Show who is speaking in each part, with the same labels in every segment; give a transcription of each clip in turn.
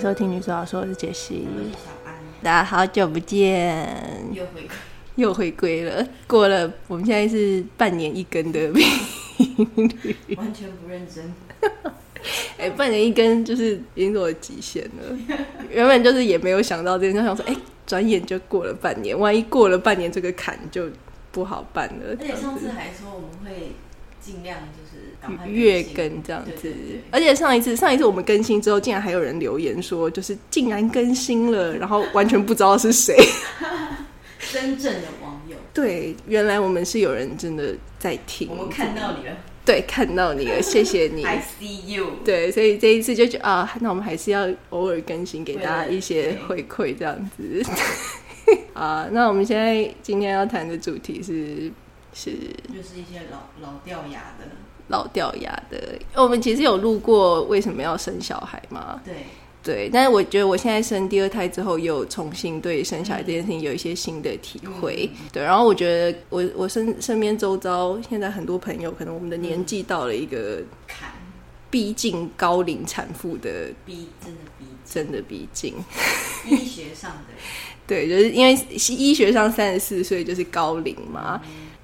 Speaker 1: 收听《女主角说》，我是杰西。
Speaker 2: 小嗯安
Speaker 1: 大家好久不见，
Speaker 2: 又回归，
Speaker 1: 又回归了。过了，我们现在是半年一更的 频率，
Speaker 2: 完全不认真。
Speaker 1: 哎、半年一更就是已经是我的极限了。原本就是也没有想到这件事，想说，哎、转眼就过了半年，万一过了半年这个坎就不好办了。
Speaker 2: 而且上次还说我们会尽量就是赶快
Speaker 1: 月
Speaker 2: 更新
Speaker 1: 更这样子。
Speaker 2: 对对对
Speaker 1: 而且上一次上一次我们更新之后，竟然还有人留言说，就是竟然更新了，然后完全不知道是谁。
Speaker 2: 真正的网友，
Speaker 1: 对，原来我们是有人真的在听，
Speaker 2: 我们看到你了
Speaker 1: 对看到你了，谢谢 你。
Speaker 2: ，I see you。
Speaker 1: 对，所以这一次就觉得啊，那我们还是要偶尔更新，给大家一些回馈，这样子。 啊，那我们现在今天要谈的主题是是
Speaker 2: 就是一些老老掉牙的，
Speaker 1: 老掉牙的。哦我们其实有录过为什么要生小孩嘛？
Speaker 2: 对，
Speaker 1: 对，但是我觉得我现在生第二胎之后，又重新对生小孩这件事情有一些新的体会。对，然后我觉得我我身身边周遭现在很多朋友，可能我们的年纪到了一个
Speaker 2: 砍
Speaker 1: 逼近高龄产妇的
Speaker 2: 逼真的 逼
Speaker 1: 真的逼近，
Speaker 2: 医学上的，
Speaker 1: 对，就是因为医学上三十四岁就是高龄嘛，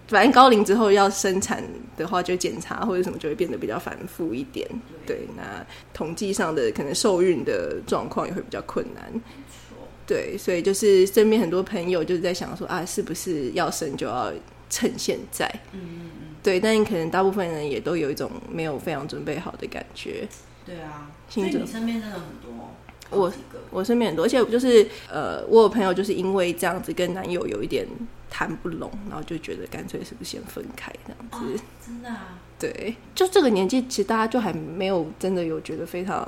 Speaker 1: 反正高龄之后要生产的话，就检查或者什么就会变得比较繁复一点。
Speaker 2: 对
Speaker 1: 对，那统计上的可能受孕的状况也会比较困难。
Speaker 2: 没错，
Speaker 1: 对，所以就是身边很多朋友就是在想说啊，是不是要生就要趁现在？
Speaker 2: 嗯嗯嗯，
Speaker 1: 对，但可能大部分人也都有一种没有非常准备好的感觉。
Speaker 2: 对啊，所
Speaker 1: 新
Speaker 2: 以
Speaker 1: 者
Speaker 2: 你身边真的很多哦，好
Speaker 1: 我
Speaker 2: 几个，
Speaker 1: 我身边很多，而且就是呃，我有朋友就是因为这样子跟男友有一点谈不拢，然后就觉得干脆是不是先分开这样子。
Speaker 2: 哦真的啊，
Speaker 1: 对，就这个年纪，其实大家就还没有真的有觉得非常，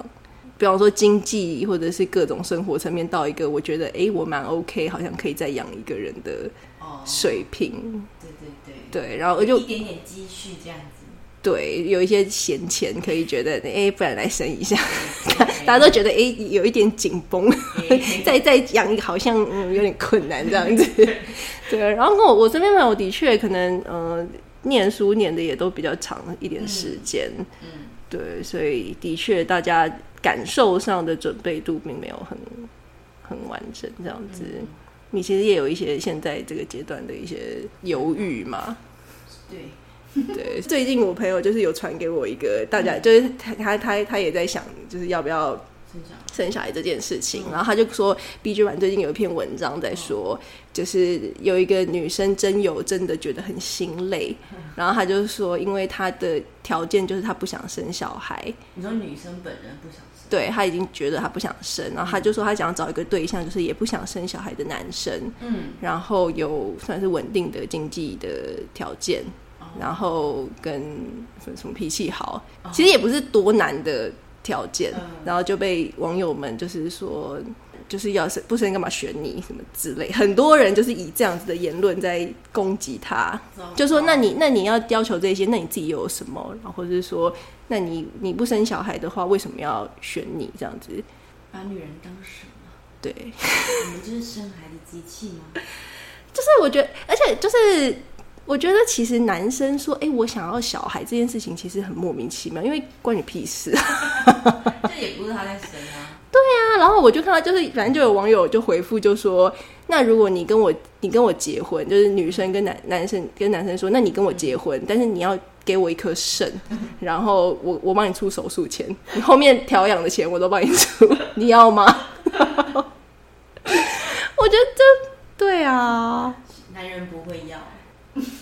Speaker 1: 比方说经济或者是各种生活层面到一个我觉得诶我蛮 OK，好像可以再养一个人的
Speaker 2: 哦，
Speaker 1: 水平。
Speaker 2: 对对对，
Speaker 1: 对，然后我就
Speaker 2: 一点点积蓄这样子，
Speaker 1: 对有一些闲钱可以觉得，哎、不然来生一下，
Speaker 2: 对
Speaker 1: 大家都觉得哎、有一点紧绷，
Speaker 2: 对 对
Speaker 1: 再再养好像嗯有点困难这样子。 对，然后我我身边朋友的确可能呃念书念的也都比较长一点时间，
Speaker 2: 嗯，
Speaker 1: 对，所以的确大家感受上的准备度并没有很很完整这样子。
Speaker 2: 嗯
Speaker 1: 你其实也有一些现在这个阶段的一些犹豫嘛，
Speaker 2: 对，
Speaker 1: 对，最近我朋友就是有传给我一个，大家就是他他他他也在想，就是要不要
Speaker 2: 真想
Speaker 1: 生小孩这件事情，然后他就说，B G 版最近有一篇文章在说，就是有一个女生真有真的觉得很心累，然后他就说，因为她的条件就是她不想生小孩，
Speaker 2: 你说女生本人不想生，
Speaker 1: 对她已经觉得她不想生，然后她就说她想要找一个对象，就是也不想生小孩的男生，
Speaker 2: 嗯，
Speaker 1: 然后有算是稳定的经济的条件，然后跟什么什么脾气好，其实也不是多难的条件
Speaker 2: 嗯，
Speaker 1: 然后就被网友们就是说。就是要生不生干嘛选你什么之类，很多人就是以这样子的言论在攻击他
Speaker 2: 糟糕，
Speaker 1: 就说那你那你要要求这些，那你自己又有什么？然后或者是说，那你你不生小孩的话，为什么要选你这样子？
Speaker 2: 把女人当什么？
Speaker 1: 对，
Speaker 2: 我们就是生孩的机器吗？
Speaker 1: 就是我觉得，而且就是我觉得，其实男生说“哎、我想要小孩”这件事情，其实很莫名其妙，因为关你屁事 啊！
Speaker 2: 这也不是他在生啊，
Speaker 1: 然后我就看到，就是反正就有网友就回复就说：“那如果你跟我你跟我结婚，就是女生跟男男生跟男生说，那你跟我结婚，但是你要给我一颗肾， 然后我我帮你出手术钱，你后面调养的钱我都帮你出，你要吗？” 我觉得这对啊，
Speaker 2: 男人不会要，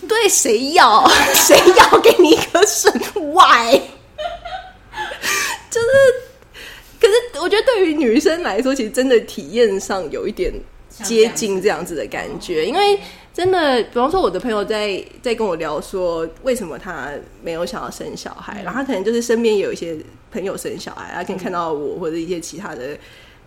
Speaker 1: 对，谁要 谁要给你一颗肾？Why？就是，可是我觉得对于女生来说，其实真的体验上有一点接近这样子的感觉，因为真的，比方说我的朋友在在跟我聊说，为什么他没有想要生小孩，然后他可能就是身边有一些朋友生小孩，他可以看到我或者一些其他的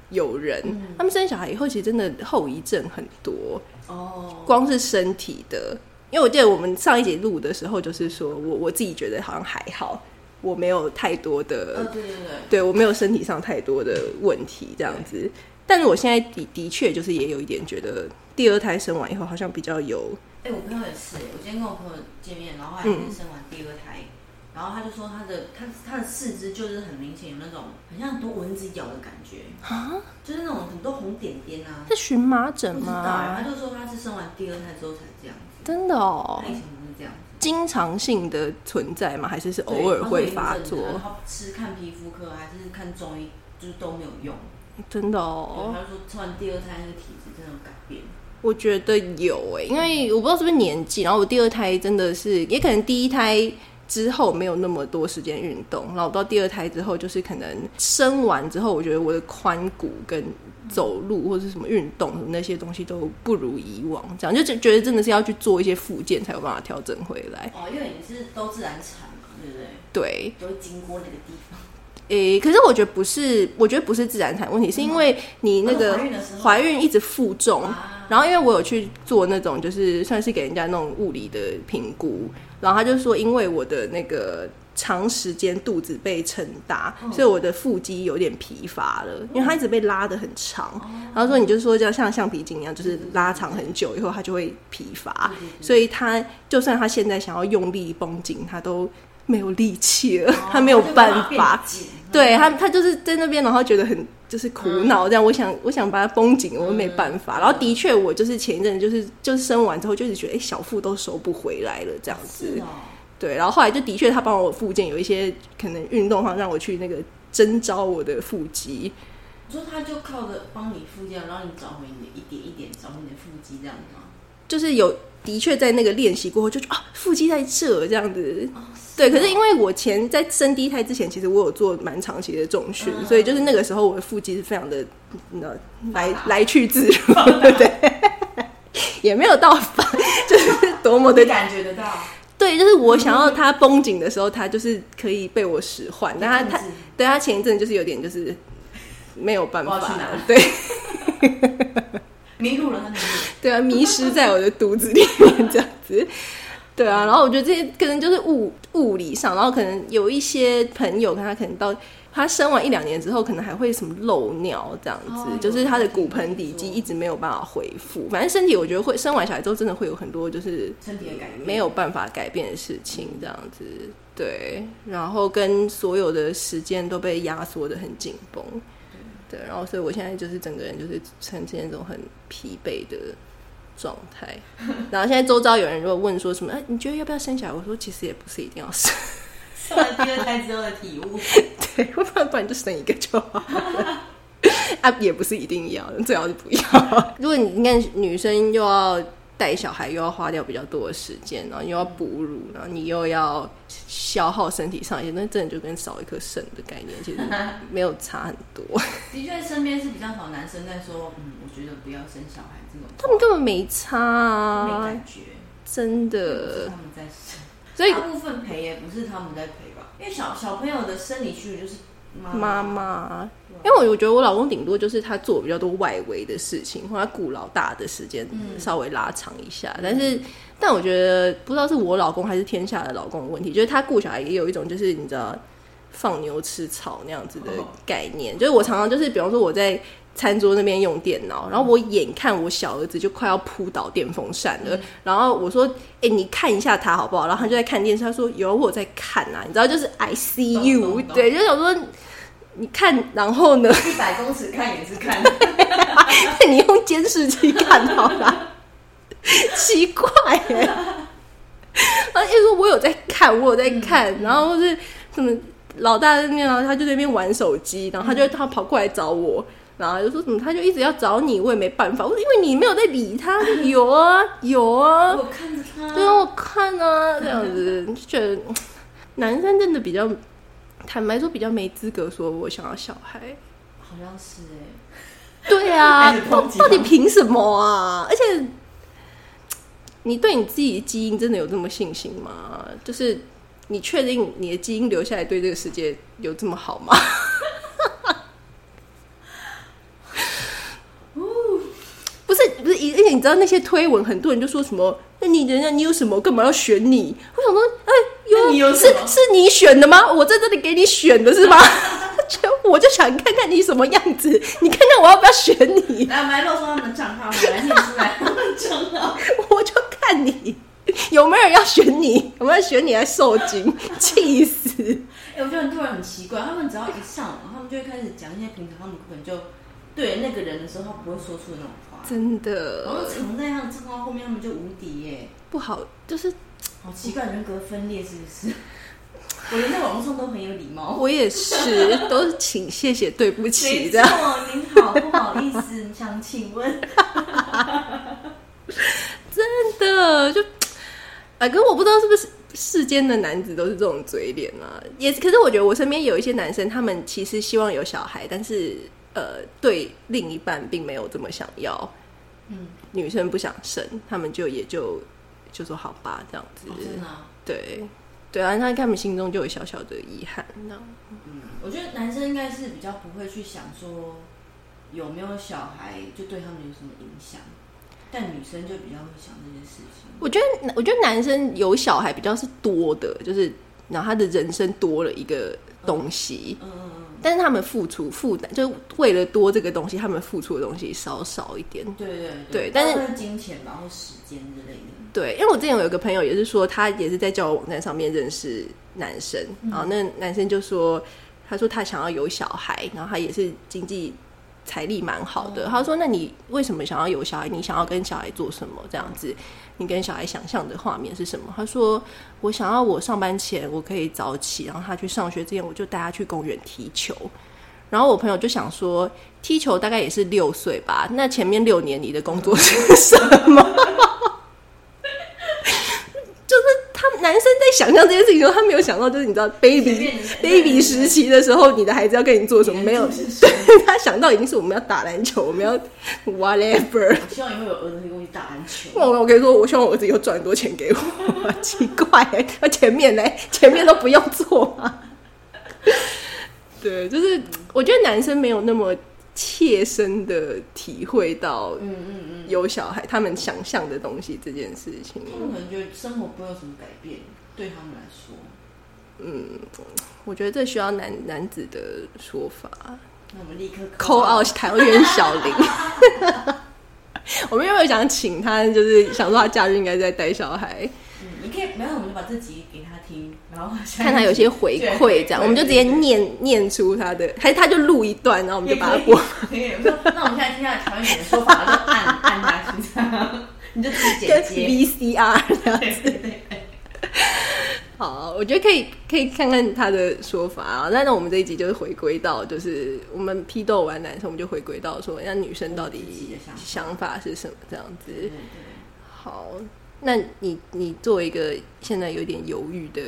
Speaker 1: 友人，他们生小孩以后，其实真的后遗症很多。
Speaker 2: 哦，
Speaker 1: 光是身体的，因为我记得我们上一节录的时候，就是说我我自己觉得好像还好，我没有太多的，
Speaker 2: 呃，对对对，
Speaker 1: 对我没有身体上太多的问题这样子。但是我现在的的确就是也有一点觉得，第二胎生完以后好像比较有，
Speaker 2: 哎，我朋友也是，我今天跟我朋友见面，然后还是生完第二胎，然后他就说他的他他的四肢就是很明显有那种很像很多蚊子咬的感觉，
Speaker 1: 啊，
Speaker 2: 就是那种很多红点点啊。
Speaker 1: 是荨麻疹
Speaker 2: 不知道欸，
Speaker 1: 吗？
Speaker 2: 他就说他是生完第二胎之后才这样子，
Speaker 1: 真的哦
Speaker 2: 他，以前不是这样子。
Speaker 1: 经常性的存在吗？还是是偶尔会发作？
Speaker 2: 然后吃看皮肤科还是看中医，就是都没有用。
Speaker 1: 真的
Speaker 2: 对，
Speaker 1: 哦，
Speaker 2: 他就说吃完第二胎那个体质真的有改变。
Speaker 1: 我觉得有欸诶、因为我不知道是不是年纪，然后我第二胎真的是，也可能第一胎。之后没有那么多时间运动，然后到第二胎之后，就是可能生完之后，我觉得我的髋骨跟走路或者是什么运动什么那些东西都不如以往，这样就觉觉得真的是要去做一些复健才有办法调整回来。
Speaker 2: 哦，因为你是都自然产嘛，对不对？
Speaker 1: 对，
Speaker 2: 都会经过那个地方。
Speaker 1: 诶、可是我觉得不是，我觉得不是自然产问题，是因为你那个
Speaker 2: 哦怀孕的时候
Speaker 1: 怀孕一直负重，
Speaker 2: 啊
Speaker 1: 然后因为我有去做那种就是算是给人家那种物理的评估，然后他就说因为我的那个。长时间肚子被撑大，
Speaker 2: 嗯
Speaker 1: 所以我的腹肌有点疲乏了，因为它一直被拉得很长。然后说你就说这样像橡皮筋一样，就是拉长很久以后它就会疲乏
Speaker 2: 对对，对
Speaker 1: 所以他就算他现在想要用力绷紧，他都没有力气了，
Speaker 2: 哦
Speaker 1: 他没有办
Speaker 2: 变
Speaker 1: 法。
Speaker 2: 紧
Speaker 1: 对他，他就是在那边，然后觉得很就是苦
Speaker 2: 嗯
Speaker 1: 恼这样。我想，我想把它绷紧，我没办法。然后的确，我就是前一阵就是就是生完之后，就是觉得哎、诶小腹都收不回来了这样子。
Speaker 2: 是哦，
Speaker 1: 对，然后后来就的确他帮我复健，有一些可能运动上让我去那个征召我的腹肌。
Speaker 2: 你说他就靠着帮你复健，然后你找回你的一点一点，找回你的腹肌这样子吗？
Speaker 1: 就是有的确在那个练习过后，就觉得啊，腹肌在这这样子。
Speaker 2: 哦，
Speaker 1: 对，可是因为我前在生第一胎之前，其实我有做蛮长期的重训，
Speaker 2: 嗯
Speaker 1: 所以就是那个时候我的腹肌是非常的，那来来去自如， 对，也没有到发，就是多么
Speaker 2: 我
Speaker 1: 的
Speaker 2: 的感觉得到，
Speaker 1: 对，就是我想要它绷紧的时候，它就是可以被我使唤，但它它
Speaker 2: 控制
Speaker 1: 对它前一阵就是有点就是没有办
Speaker 2: 我要
Speaker 1: 法
Speaker 2: 去哪，
Speaker 1: 对。
Speaker 2: 迷路了，他迷路了。
Speaker 1: 对啊，迷失在我的肚子里面这样子。 对啊，然后我觉得这些可能就是物物理上，然后可能有一些朋友，他可能到他生完一两年之后，可能还会什么漏尿这样子，
Speaker 2: 哦
Speaker 1: 就是他的骨盆底肌一直没有办法恢复。反正身体我觉得会生完小孩之后，真的会有很多就是
Speaker 2: 身体的改变
Speaker 1: 没有办法改变的事情这样子。对，然后跟所有的时间都被压缩的很紧绷。对，然后所以我现在就是整个人就是呈现一种很疲惫的状态。然后现在周遭有人如果问说什么，哎、你觉得要不要生小孩？我说其实也不是一定要生，
Speaker 2: 上完第二胎之后的体悟，
Speaker 1: 对，要不然不然就生一个就好了。啊，也不是一定要，最好是不 要。如果你你看女生又要带小孩，又要花掉比较多的时间，然后又要哺乳，然后你又要消耗身体上一些，那真的就跟少一颗肾的概念其实没有差很多。
Speaker 2: 的确身边是比较少男生在说，嗯，我觉得不要生小孩这种，
Speaker 1: 他们根本 没差
Speaker 2: 没
Speaker 1: 啊，
Speaker 2: 感觉，
Speaker 1: 真
Speaker 2: 不是
Speaker 1: 的。
Speaker 2: 他们在生。
Speaker 1: 所以
Speaker 2: 大部分陪也不是他们在陪吧，因为小小朋友的生理区就是妈
Speaker 1: 妈妈，因为我我觉得我老公顶多就是他做比较多外围的事情，或他顾老大的时间
Speaker 2: 嗯
Speaker 1: 稍微拉长一下，但是但我觉得不知道是我老公还是天下的老公的问题，就是他顾小孩也有一种就是你知道放牛吃草那样子的
Speaker 2: 哦
Speaker 1: 概念，就是我常常就是比方说我在。餐桌那边用电脑，然后我眼看我小儿子就快要扑倒电风扇了，然后我说：“哎、你看一下他好不好？”然后他就在看电视，他说：“有我有在看啊，你知道，就是 I see
Speaker 2: 懂
Speaker 1: you，
Speaker 2: 懂懂
Speaker 1: 对，就想说你看，然后呢？
Speaker 2: 一百公尺看也是看，
Speaker 1: 你用监视器看好了， 奇怪耶、然后就说我有在看，我有在看，
Speaker 2: 嗯
Speaker 1: 然后是什么老大在那边，然后他就在那边玩手机，然后
Speaker 2: 嗯
Speaker 1: 他就他跑过来找我。然后就说什么，他就一直要找你，我也没办法，我说因为你没有在理他，就有啊有啊，
Speaker 2: 我看着他，
Speaker 1: 对啊，我看啊，这样子就觉得嗯男生真的比较，坦白说比较没资格说我想要小孩，
Speaker 2: 好像是哎、
Speaker 1: 对 啊
Speaker 2: 开始，
Speaker 1: 到
Speaker 2: 抨击
Speaker 1: 到底
Speaker 2: 吗
Speaker 1: 凭什么啊？而且，你对你自己的基因真的有这么信心吗？就是你确定你的基因留下来对这个世界有这么好 吗？不是不是，而且你知道那些推文，很多人就说什么？那你人家你有什么？干嘛要选你？我想说，哎、
Speaker 2: 那你有
Speaker 1: 是
Speaker 2: 什么
Speaker 1: 是你选的吗？我在这里给你选的是吗？ 就我就想看看你什么样子，你看看我要不要选你，
Speaker 2: 来，我们来露出他们的账号，我们来念出来他们的账号。
Speaker 1: 我就看你有没有人要选你？有没有人选你来受精？气死！
Speaker 2: 哎、 我觉得很多人很奇怪，他们只要一上网，他们就会开始讲一些平常你根本就对那个人的时候，他不会说出的那种话，
Speaker 1: 真
Speaker 2: 然后
Speaker 1: 的
Speaker 2: 藏在他的账号后面，他们就无敌耶、
Speaker 1: 不好，就是
Speaker 2: 好奇怪，人格分裂是不是？ 我连在网络上都很有礼貌。
Speaker 1: 我也是，都是请谢谢对不
Speaker 2: 没
Speaker 1: 起这
Speaker 2: 错
Speaker 1: 样。，
Speaker 2: 您好，不好意思， 想请问，
Speaker 1: 真的就，啊，可是我不知道是不是世间的男子都是这种嘴脸啊。也可是我觉得我身边有一些男生，他们其实希望有小孩，但是呃，对另一半并没有这么想要，
Speaker 2: 嗯，
Speaker 1: 女生不想生，他们就也就就说好吧这样子，
Speaker 2: 哦真的啊、
Speaker 1: 对。对啊，那他们心中就有小小的遗憾，那
Speaker 2: 嗯，我觉得男生应该是比较不会去想说有没有小孩，就对他们有什么影响，但女生就比较会想这件事情。
Speaker 1: 我觉得，我觉得男生有小孩比较是多的，就是然后他的人生多了一个东西，
Speaker 2: 嗯嗯嗯
Speaker 1: 但是他们付出负担，就是为了多这个东西，他们付出的东西稍少一点。
Speaker 2: 嗯，对对
Speaker 1: 对但是
Speaker 2: 大部分金钱吧或时间之类的，
Speaker 1: 对，因为我之前有一个朋友也是说，他也是在交友网站上面认识男生，
Speaker 2: 嗯
Speaker 1: 然后那男生就说，他说他想要有小孩，然后他也是经济财力蛮好的，
Speaker 2: 哦
Speaker 1: 他说那你为什么想要有小孩？你想要跟小孩做什么？这样子，你跟小孩想象的画面是什么？他说我想要我上班前我可以早起，然后他去上学之前我就带他去公园踢球。然后我朋友就想说，踢球大概也是六岁吧，那前面六年你的工作是什么？ 就是他男生在想象这件事情的时候，他没有想到，就是你知道
Speaker 2: 随
Speaker 1: baby
Speaker 2: 便你
Speaker 1: baby 时期的时候，你的孩子要跟你做什么？没有，
Speaker 2: 是什么
Speaker 1: 他想到已经是我们要打篮球，我们要 whatever。
Speaker 2: 我希望以后有儿子可以跟我去打篮球。
Speaker 1: 我我跟你说，我希望我儿子以后赚很多钱给我， 奇怪、欸，那前面呢？前面都不用做吗？对，就是我觉得男生没有那么切身的体会到
Speaker 2: 嗯嗯嗯，
Speaker 1: 有小孩他们想象的东西这件事情。
Speaker 2: 他们可能觉得生活不会有什么改变，对他们来说，
Speaker 1: 我觉得这需要男男子的说法。
Speaker 2: 那我们立刻
Speaker 1: 扣 out 台湾小林。 我们原本想请他，就是想说他假日应该在带小孩，
Speaker 2: 嗯，你可以，没有，我们就把这集给他听，然后
Speaker 1: 看他有一些回馈，这样我们就直接念念出他的，还是他就录一段，然后我
Speaker 2: 我
Speaker 1: 们就把它播。
Speaker 2: 可以，那那我们现在听下来，乔演的说法，就 按按下去，这样你就自己
Speaker 1: 跟
Speaker 2: 剪接。
Speaker 1: VCR 这样
Speaker 2: 对对对，
Speaker 1: 好，我觉得可以可以看看他的说法啊。那那我们这一集就是回归到，就是我们批斗完男生，我们就回归到说，那女生到
Speaker 2: 自己
Speaker 1: 底
Speaker 2: 的想法
Speaker 1: 想法是什么这样子。
Speaker 2: 对对
Speaker 1: 好，那你你作为一个现在有点犹豫的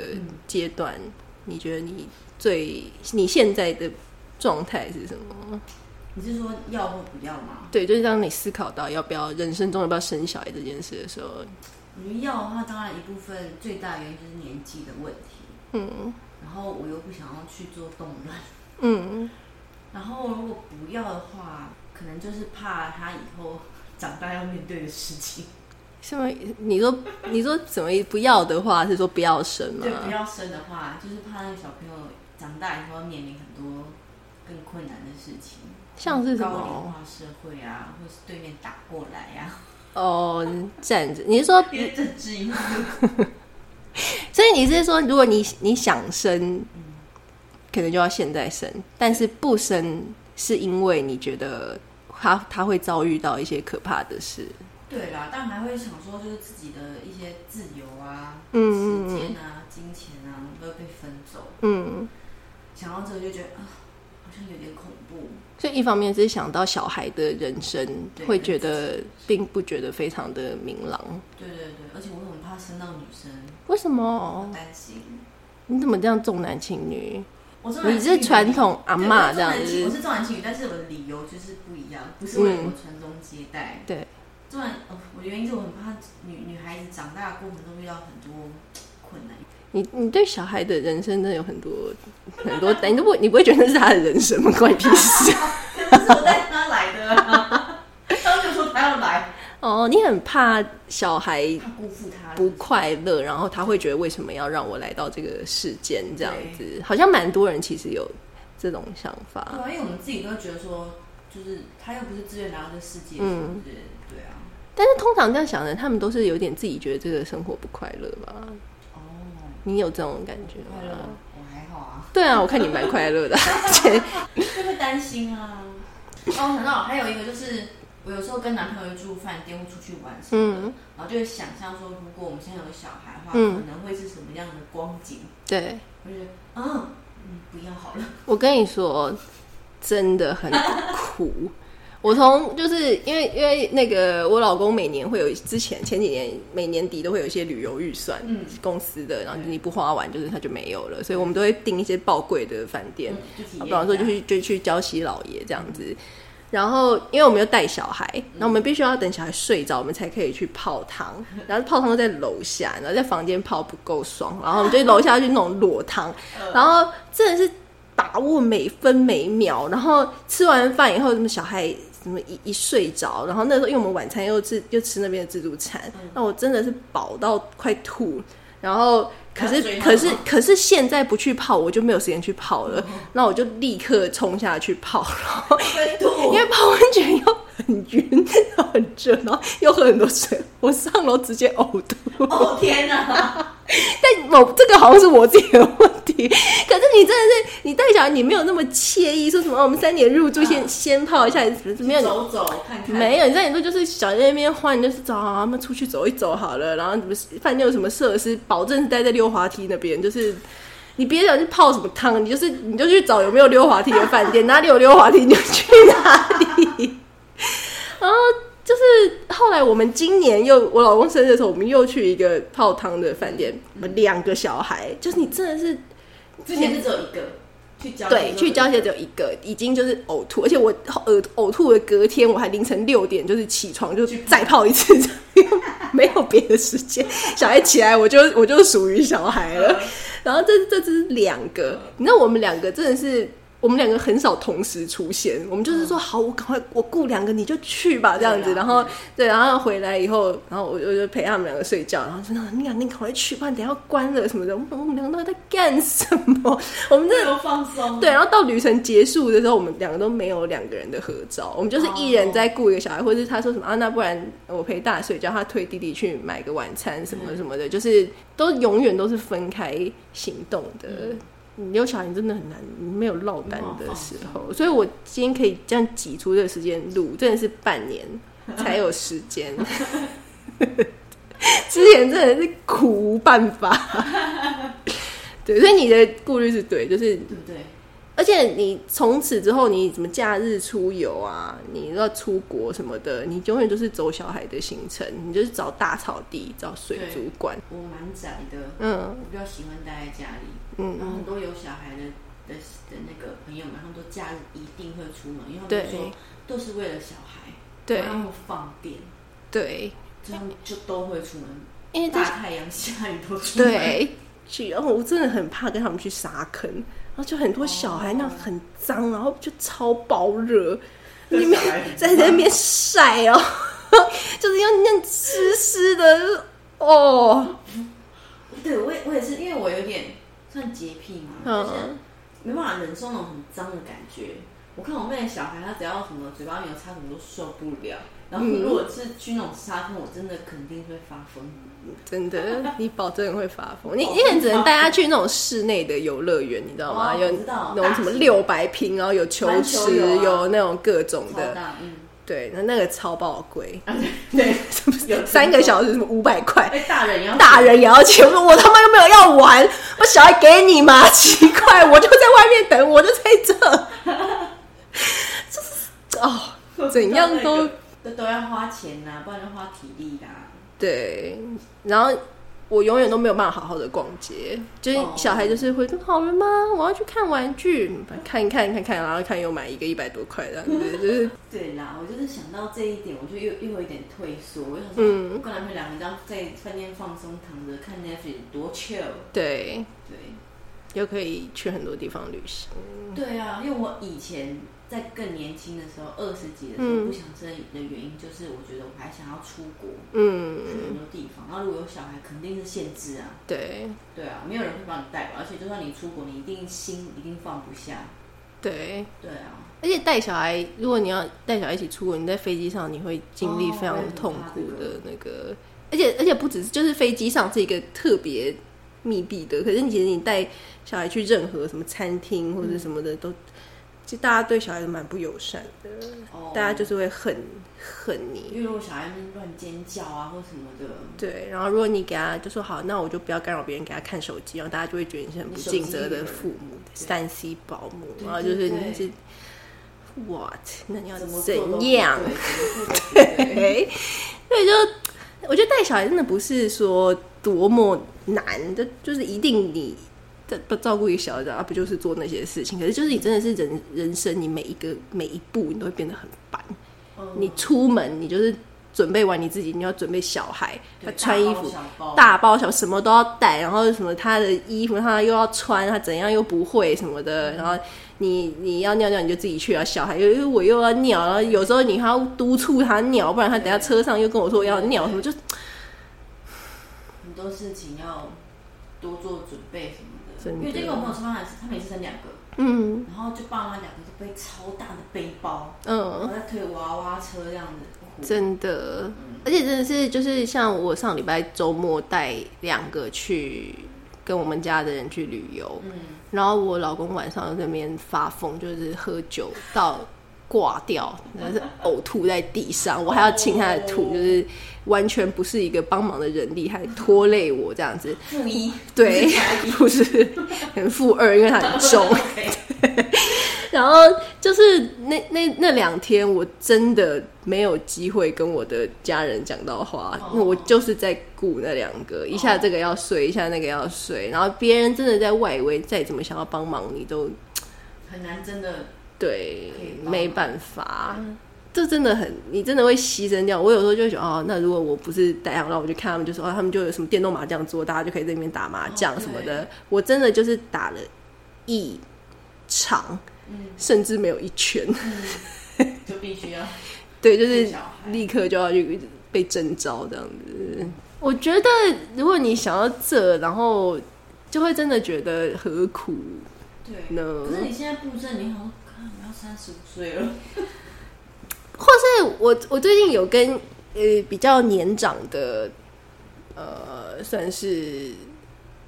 Speaker 1: 阶段，你觉得你最你现在的状态是什么？
Speaker 2: 你是说要或不要吗？
Speaker 1: 对，就是让你思考到要不要人生中要不要生小孩这件事的时候，
Speaker 2: 我觉得要的话，当然一部分最大原因就是年纪的问题，
Speaker 1: 嗯
Speaker 2: 然后我又不想要去做动乱，
Speaker 1: 嗯，
Speaker 2: 然后如果不要的话，可能就是怕他以后长大要面对的事情，
Speaker 1: 什么？你说你说怎么不要的话是说不要生吗
Speaker 2: 对，？不要生的话，就是怕那个小朋友长大以后要面临很多更困难的事情。
Speaker 1: 像是什
Speaker 2: 高龄
Speaker 1: 么？
Speaker 2: 化社会啊，或是对面打过来呀、
Speaker 1: 哦，站着。你是说
Speaker 2: 啊，， 因为政治因素，
Speaker 1: 所以你是说，如果你你想生，可能就要现在生，但是不生是因为你觉得他他会遭遇到一些可怕的事。
Speaker 2: 对啦，但还会想说，就是自己的一些自由啊、
Speaker 1: 嗯
Speaker 2: 时间啊、金钱啊，都会被分走。
Speaker 1: 嗯，
Speaker 2: 想到这个就觉得啊，好像有点恐怖。
Speaker 1: 所以一方面是想到小孩的人生，
Speaker 2: 对
Speaker 1: 会觉得并不觉得非常的明朗。
Speaker 2: 对对对，而且我很怕生到女生，
Speaker 1: 为什么？
Speaker 2: 担心。
Speaker 1: 你怎么这样重男轻女？
Speaker 2: 我重男
Speaker 1: 你
Speaker 2: 轻女
Speaker 1: 是传统阿
Speaker 2: 对
Speaker 1: 嬷
Speaker 2: 我是
Speaker 1: 这样
Speaker 2: 重男轻我
Speaker 1: 子？嗯
Speaker 2: 是重男轻女，但是我的理由就是不一样，不是为了我传宗接代。
Speaker 1: 对，
Speaker 2: 重男，哦我的原因是我很怕女女孩子长大的过程中遇到很多困难。
Speaker 1: 你你对小孩的人生真的有很多很多， 你都不你不会觉得是他的人生吗？关你屁事！
Speaker 2: 不是我带他来的、啊，他就说他要来，
Speaker 1: 哦，你很怕小孩
Speaker 2: 怕辜负他。
Speaker 1: 不快乐，然后他会觉得为什么要让我来到这个世间这样子？好像蛮多人其实有这种想
Speaker 2: 对
Speaker 1: 法。
Speaker 2: 啊，因为我们自己都会觉得说，就是他又不是自愿来到这世界，是
Speaker 1: 嗯
Speaker 2: 不是？对啊，
Speaker 1: 但是通常这样想的，他们都是有点自己觉得这个生活不快乐吧？
Speaker 2: 哦，
Speaker 1: 你有这种感觉
Speaker 2: 快乐
Speaker 1: 吗？，
Speaker 2: 我还好啊，
Speaker 1: 对啊，我看你蛮快乐的，而且
Speaker 2: 就会担心啊。哦，很好，还有一个就是，我有时候跟男朋友住饭店，会出去玩什么的，
Speaker 1: 嗯，
Speaker 2: 然后就会想象说，如果我们现在有小孩的话，
Speaker 1: 嗯
Speaker 2: 可能会是什么样的光景？
Speaker 1: 对
Speaker 2: 我就觉得，嗯，嗯，不要好了。
Speaker 1: 我跟你说，真的很苦。 我从就是因为因为那个我老公每年会有之前前几年每年底都会有一些旅游预算，
Speaker 2: 嗯
Speaker 1: 公司的，然后
Speaker 2: 对
Speaker 1: 你不花完就是他就没有了，所以我们都会订一些爆贵的饭店，
Speaker 2: 嗯就体验一下
Speaker 1: 比方说就去就去礁溪老爷这样子。然后，因为我们又带小孩，然后我们必须要等小孩睡着，我们才可以去泡汤。然后泡汤都在楼下，然后在房间泡不够爽，然后我们就楼下去弄裸汤。然后真的是把握每分每秒。然后吃完饭以后，什么小孩什么一一睡着，然后那时候因为我们晚餐又吃又吃那边的自助餐，那我真的是饱到快吐。然后可
Speaker 2: 那
Speaker 1: 是
Speaker 2: 最后
Speaker 1: 可是可是现在不去泡，我就没有时间去泡了。那我就立刻冲下去泡，然后
Speaker 2: 会 吐
Speaker 1: 因为泡温泉又很晕、很热，然后又喝很多水，我上楼直接呕吐。
Speaker 2: 哦天哪！
Speaker 1: 但某这个好像是我自己的问题， 可是你真的是你带小孩，你没有那么惬意，说什么、哦、我们三点入住先、
Speaker 2: 嗯
Speaker 1: 先泡一下，没有
Speaker 2: 走走看看，
Speaker 1: 没有，你三点多就是小孩在那边换，你就是找好他们出去走一走好了，然后什么饭店有什么设施，保证是待在溜滑梯那边，就是。你别想去泡什么汤，你就是你就去找有没有溜滑梯的饭店，哪里有溜滑梯你就去哪里。 然后哦就是后来我们今年又我老公生日的时候，我们又去一个泡汤的饭店，我们两个小孩，就是你真的是
Speaker 2: 之前是只有一个去交
Speaker 1: 对，去交
Speaker 2: 些
Speaker 1: 些只有一个，已经就是呕吐，而且我呕呕吐的隔天，我还凌晨六点就是起床，就
Speaker 2: 去泡
Speaker 1: 再泡一次，因为 没有别的时间。小孩起来，我就 我就属于小孩了。
Speaker 2: 嗯
Speaker 1: 然后这这只是两个，你知道我们两个真的是。我们两个很少同时出现，我们就是说好，我赶快我雇两个你就去吧这样子，
Speaker 2: 嗯对啊
Speaker 1: 然后对，然后回来以后，然后我就我就陪他们两个睡觉，然后真的你俩你赶快去，不然等一下要关了什么的，我们我们两个到底在干什么？ 我们真的
Speaker 2: 有放松，
Speaker 1: 对，然后到旅程结束的时候，我们两个都没有两个人的合照，我们就是一人在顾一个小孩，或者是他说什么啊，那不然我陪大睡觉，叫他推弟弟去买个晚餐什么什么的，就是都永远都是分开行动的。你有小孩你真的很难，你没有落单的时候，所以我今天可以这样挤出这个时间录，真的是半年才有时间。之前真的是苦无办法， 对，所以你的顾虑是对，就是
Speaker 2: 对不对？
Speaker 1: 而且你从此之后，你怎么假日出游啊，你要出国什么的，你永远就是走小孩的行程，你就是找大草地，找水族馆，
Speaker 2: 我蛮宅的，
Speaker 1: 嗯
Speaker 2: 我比较喜欢待在家里。
Speaker 1: 嗯
Speaker 2: 然后很多有小孩的的的那个朋友们，他们都假日一定会出门，因为他
Speaker 1: 对
Speaker 2: 们说都是为了小孩，
Speaker 1: 对
Speaker 2: 然后放电，
Speaker 1: 对，
Speaker 2: 这样就都会出门，
Speaker 1: 因为这
Speaker 2: 大太阳下雨都出 门。，
Speaker 1: 对，哎去，然后我真的很怕跟他们去沙坑，然后就很多小孩那样很脏，然后就超爆热，
Speaker 2: 跟
Speaker 1: 你们
Speaker 2: 小孩很
Speaker 1: 在那边晒哦， 就是要那样湿湿的就是哦，
Speaker 2: 对我也我也是，因为我有点算洁癖嘛，就是
Speaker 1: 嗯
Speaker 2: 没办法忍受那种很脏的感觉。我看我妹的小孩，她只要什么嘴巴没有擦什么都受不了。然后如果是去那种沙滩，我真的肯定会发疯。
Speaker 1: 真的，你保证会发疯。你你也只能带他去那种室内的游乐园，你知道吗？
Speaker 2: 哦
Speaker 1: 有
Speaker 2: 我知道
Speaker 1: 那种什么六百平，然后有球
Speaker 2: 篮球
Speaker 1: 池，
Speaker 2: 有啊
Speaker 1: 有那种各种
Speaker 2: 超
Speaker 1: 的。
Speaker 2: 大，嗯，
Speaker 1: 对，那那个超爆 贵，
Speaker 2: 对，有
Speaker 1: 三个小时什么五百块，
Speaker 2: 哎，大人也要
Speaker 1: 大 人也要钱。我说我他妈又没有要玩，我小孩给你嘛， 奇怪，我就在外面等，我就在这， 就是哦，怎样都
Speaker 2: 都都要花钱呐、不然就花体力啊啦、
Speaker 1: 对，然后我永远都没有办法好好的逛街，就是
Speaker 2: 哦
Speaker 1: 小孩就是会说好了吗？我要去看玩具，嗯看一看看一看，然后看又买一个一百多块这样子，就是
Speaker 2: 对啦，我就是想到这一点，我就又又有一点退缩。我就想说，
Speaker 1: 嗯
Speaker 2: 跟男朋友两个这样在饭店放松躺着看 Netflix 多 chill。
Speaker 1: 对，
Speaker 2: 对，
Speaker 1: 又可以去很多地方旅行。
Speaker 2: 对啊，因为我以前在更年轻的时候，二十几的时候、
Speaker 1: 嗯
Speaker 2: 不想生的原因，就是我觉得我还想要出国，去
Speaker 1: 嗯，
Speaker 2: 很多地方。然后如果有小孩，肯定是限制啊。
Speaker 1: 对
Speaker 2: 对啊，没有人会帮你带吧，而且就算你出国，你一定心一定放不下。
Speaker 1: 对，
Speaker 2: 对啊，
Speaker 1: 而且带小孩，如果你要带小孩一起出国，你在飞机上你会经历
Speaker 2: 哦
Speaker 1: 非常
Speaker 2: 我也很
Speaker 1: 痛
Speaker 2: 怕
Speaker 1: 苦
Speaker 2: 这个
Speaker 1: 的那个，
Speaker 2: 哦
Speaker 1: 而且而且不只是就是飞机上是一个特别密闭的，可是你其实你带小孩去任何什么餐厅或者什么的都，其实大家对小孩都蛮不友善的，
Speaker 2: 哦，
Speaker 1: 大家就是会恨恨你。
Speaker 2: 因为如果小孩们乱尖叫啊或什么的，
Speaker 1: 对，然后如果你给他就说好，那我就不要干扰别人，给他看手机，然后大家就会觉得你是很不
Speaker 2: 你手
Speaker 1: 尽
Speaker 2: 机
Speaker 1: 责
Speaker 2: 女
Speaker 1: 的
Speaker 2: 儿
Speaker 1: 父母，
Speaker 2: 对
Speaker 1: 三 C 保姆，
Speaker 2: 对
Speaker 1: 然后
Speaker 2: 对
Speaker 1: 就是
Speaker 2: 对
Speaker 1: 你是 what？那你要
Speaker 2: 怎么做都不
Speaker 1: 怎样？
Speaker 2: 对怎么做都不对
Speaker 1: 对，所以就我觉得带小孩真的不是说多么难的，就是一定你的照顾一个小孩，啊，不就是做那些事情？可是就是你真的是人人生，你每一个每一步你都会变得很烦。
Speaker 2: 嗯
Speaker 1: 你出门，你就是准备完你自己，你要准备小孩，
Speaker 2: 对
Speaker 1: 他穿衣服。
Speaker 2: 大包小包
Speaker 1: 大包小什么都要带，然后什么他的衣服他又要穿，他怎样又不会什么的，然后你你要尿尿你就自己去啊，小孩又又我又要尿，然后有时候你还要督促他尿，不然他等下车上又跟我说要尿什么，就
Speaker 2: 很多事情要多做准备什么的。
Speaker 1: 真的
Speaker 2: 因为这个我朋友吃饭还是，他们也是生两个，
Speaker 1: 嗯
Speaker 2: 然后就爸妈两个都背超大的背包，然
Speaker 1: 嗯，
Speaker 2: 后再推娃娃车这样子。
Speaker 1: 真的，而且真的是就是像我上礼拜周末带两个去跟我们家的人去旅游，
Speaker 2: 嗯，
Speaker 1: 然后我老公晚上在那边发疯，就是喝酒到挂掉，然后是呕吐在地上，我还要清他的吐，就是完全不是一个帮忙的人力，还拖累我这样子。
Speaker 2: 负一
Speaker 1: 对，不是很负二，因为他很重。然后就是那那那两天，我真的没有机会跟我的家人讲到话，
Speaker 2: 哦
Speaker 1: 因为我就是在顾那两个，一下这个要睡，一下那个要睡，然后别人真的在外围再怎么想要帮忙，你都
Speaker 2: 很难真的
Speaker 1: 对
Speaker 2: 可以帮忙嗯
Speaker 1: 没办法。这真的很，你真的会牺牲掉。我有时候就会觉得，哦，那如果我不是带养，然后我就看他们，就说，哦，他们就有什么电动麻将桌，大家就可以在里面打麻将
Speaker 2: 哦
Speaker 1: 什么
Speaker 2: 对
Speaker 1: 的。我真的就是打了一场，
Speaker 2: 嗯
Speaker 1: 甚至没有一圈，
Speaker 2: 就必 须要
Speaker 1: 对，就是
Speaker 2: 顾小孩
Speaker 1: 立刻就要去被征召这样子。我觉得如果你想要这，然后就会真的觉得何苦
Speaker 2: 对。
Speaker 1: 呢？哦
Speaker 2: 可是你现在布阵，你好像看你要三十五岁了，
Speaker 1: 或是我我最近有跟呃比较年长的呃算是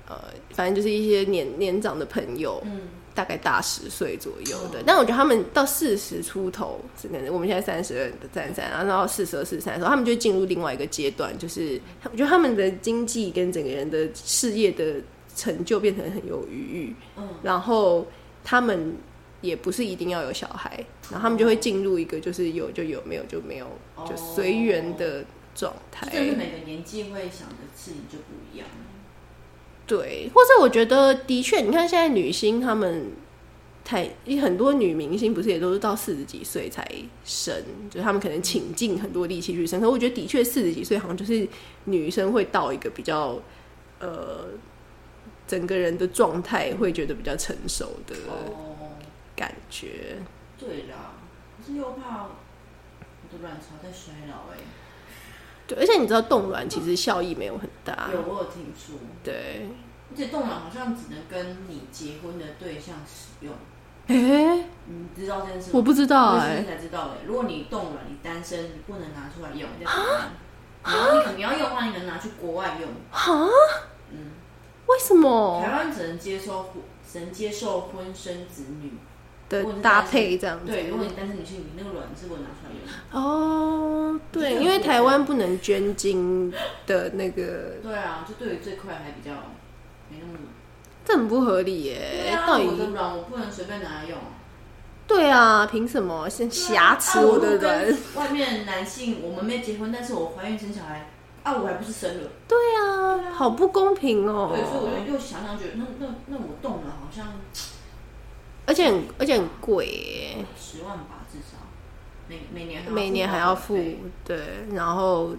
Speaker 1: 呃反正就是一些年年长的朋友，
Speaker 2: 嗯，
Speaker 1: 大概大十岁左右的
Speaker 2: 哦，
Speaker 1: 但我觉得他们到四十出头，是可能我们现在三十二、三三，然后到四十二、四十三的时候，他们就进入另外一个阶段，就是我觉得他们的经济跟整个人的事业的成就变成很有余裕，
Speaker 2: 嗯，
Speaker 1: 然后他们也不是一定要有小孩，然后他们就会进入一个就是有就有，没有就没有，就随缘的状态。
Speaker 2: 哦就真的每个年纪会想的事情就不一样。
Speaker 1: 对，或者我觉得的确，你看现在女星她们台很多女明星不是也都是到四十几岁才生，就是她们可能倾尽很多力气去生。可我觉得的确四十几岁好像就是女生会到一个比较呃整个人的状态会觉得比较成熟的
Speaker 2: 哦，
Speaker 1: 感觉。
Speaker 2: 对啦，可是又怕我的卵巢在衰老哎、
Speaker 1: 对，而且你知道冻卵其实效益没有很大，
Speaker 2: 有我有听说，
Speaker 1: 对，
Speaker 2: 而且冻卵好像只能跟你结婚的对象使用，
Speaker 1: 哎、
Speaker 2: 你知道这件事吗？
Speaker 1: 我不知道
Speaker 2: 我
Speaker 1: 哎、
Speaker 2: 最近才知道哎、如果你冻卵，你单身，你不能拿出来用，这样子
Speaker 1: 啊
Speaker 2: 你要你可能要用的话，你可能拿去国外用。
Speaker 1: 哈，
Speaker 2: 嗯，
Speaker 1: 为什
Speaker 2: 台
Speaker 1: 么
Speaker 2: 湾只能接受婚，只能接受婚生子女。
Speaker 1: 的
Speaker 2: 我是
Speaker 1: 搭
Speaker 2: 担心
Speaker 1: 配这样子？
Speaker 2: 对，如果你单身女性，你那个卵是不能拿出来用的。
Speaker 1: 哦，对，
Speaker 2: 这个
Speaker 1: 因为
Speaker 2: 是
Speaker 1: 台湾不能捐精的那个，
Speaker 2: 对啊，就对于这块还比较没那么。
Speaker 1: 这很不合理耶
Speaker 2: 对。啊，
Speaker 1: 呃到
Speaker 2: 我的
Speaker 1: 底
Speaker 2: 卵我不能随便拿来用。
Speaker 1: 对啊，凭什么先挟持我的
Speaker 2: 啊
Speaker 1: 人？。
Speaker 2: 我跟外面的男性，我们没结婚，但是我怀孕生小孩，啊，我还不是生了。
Speaker 1: 对啊，好不公平哦
Speaker 2: 对，。所以我就又想想，觉得那那那我动了，好像
Speaker 1: 而且很而且很贵耶，
Speaker 2: 十万吧，至少每每年还要
Speaker 1: 每年还要付
Speaker 2: 对
Speaker 1: 对，然后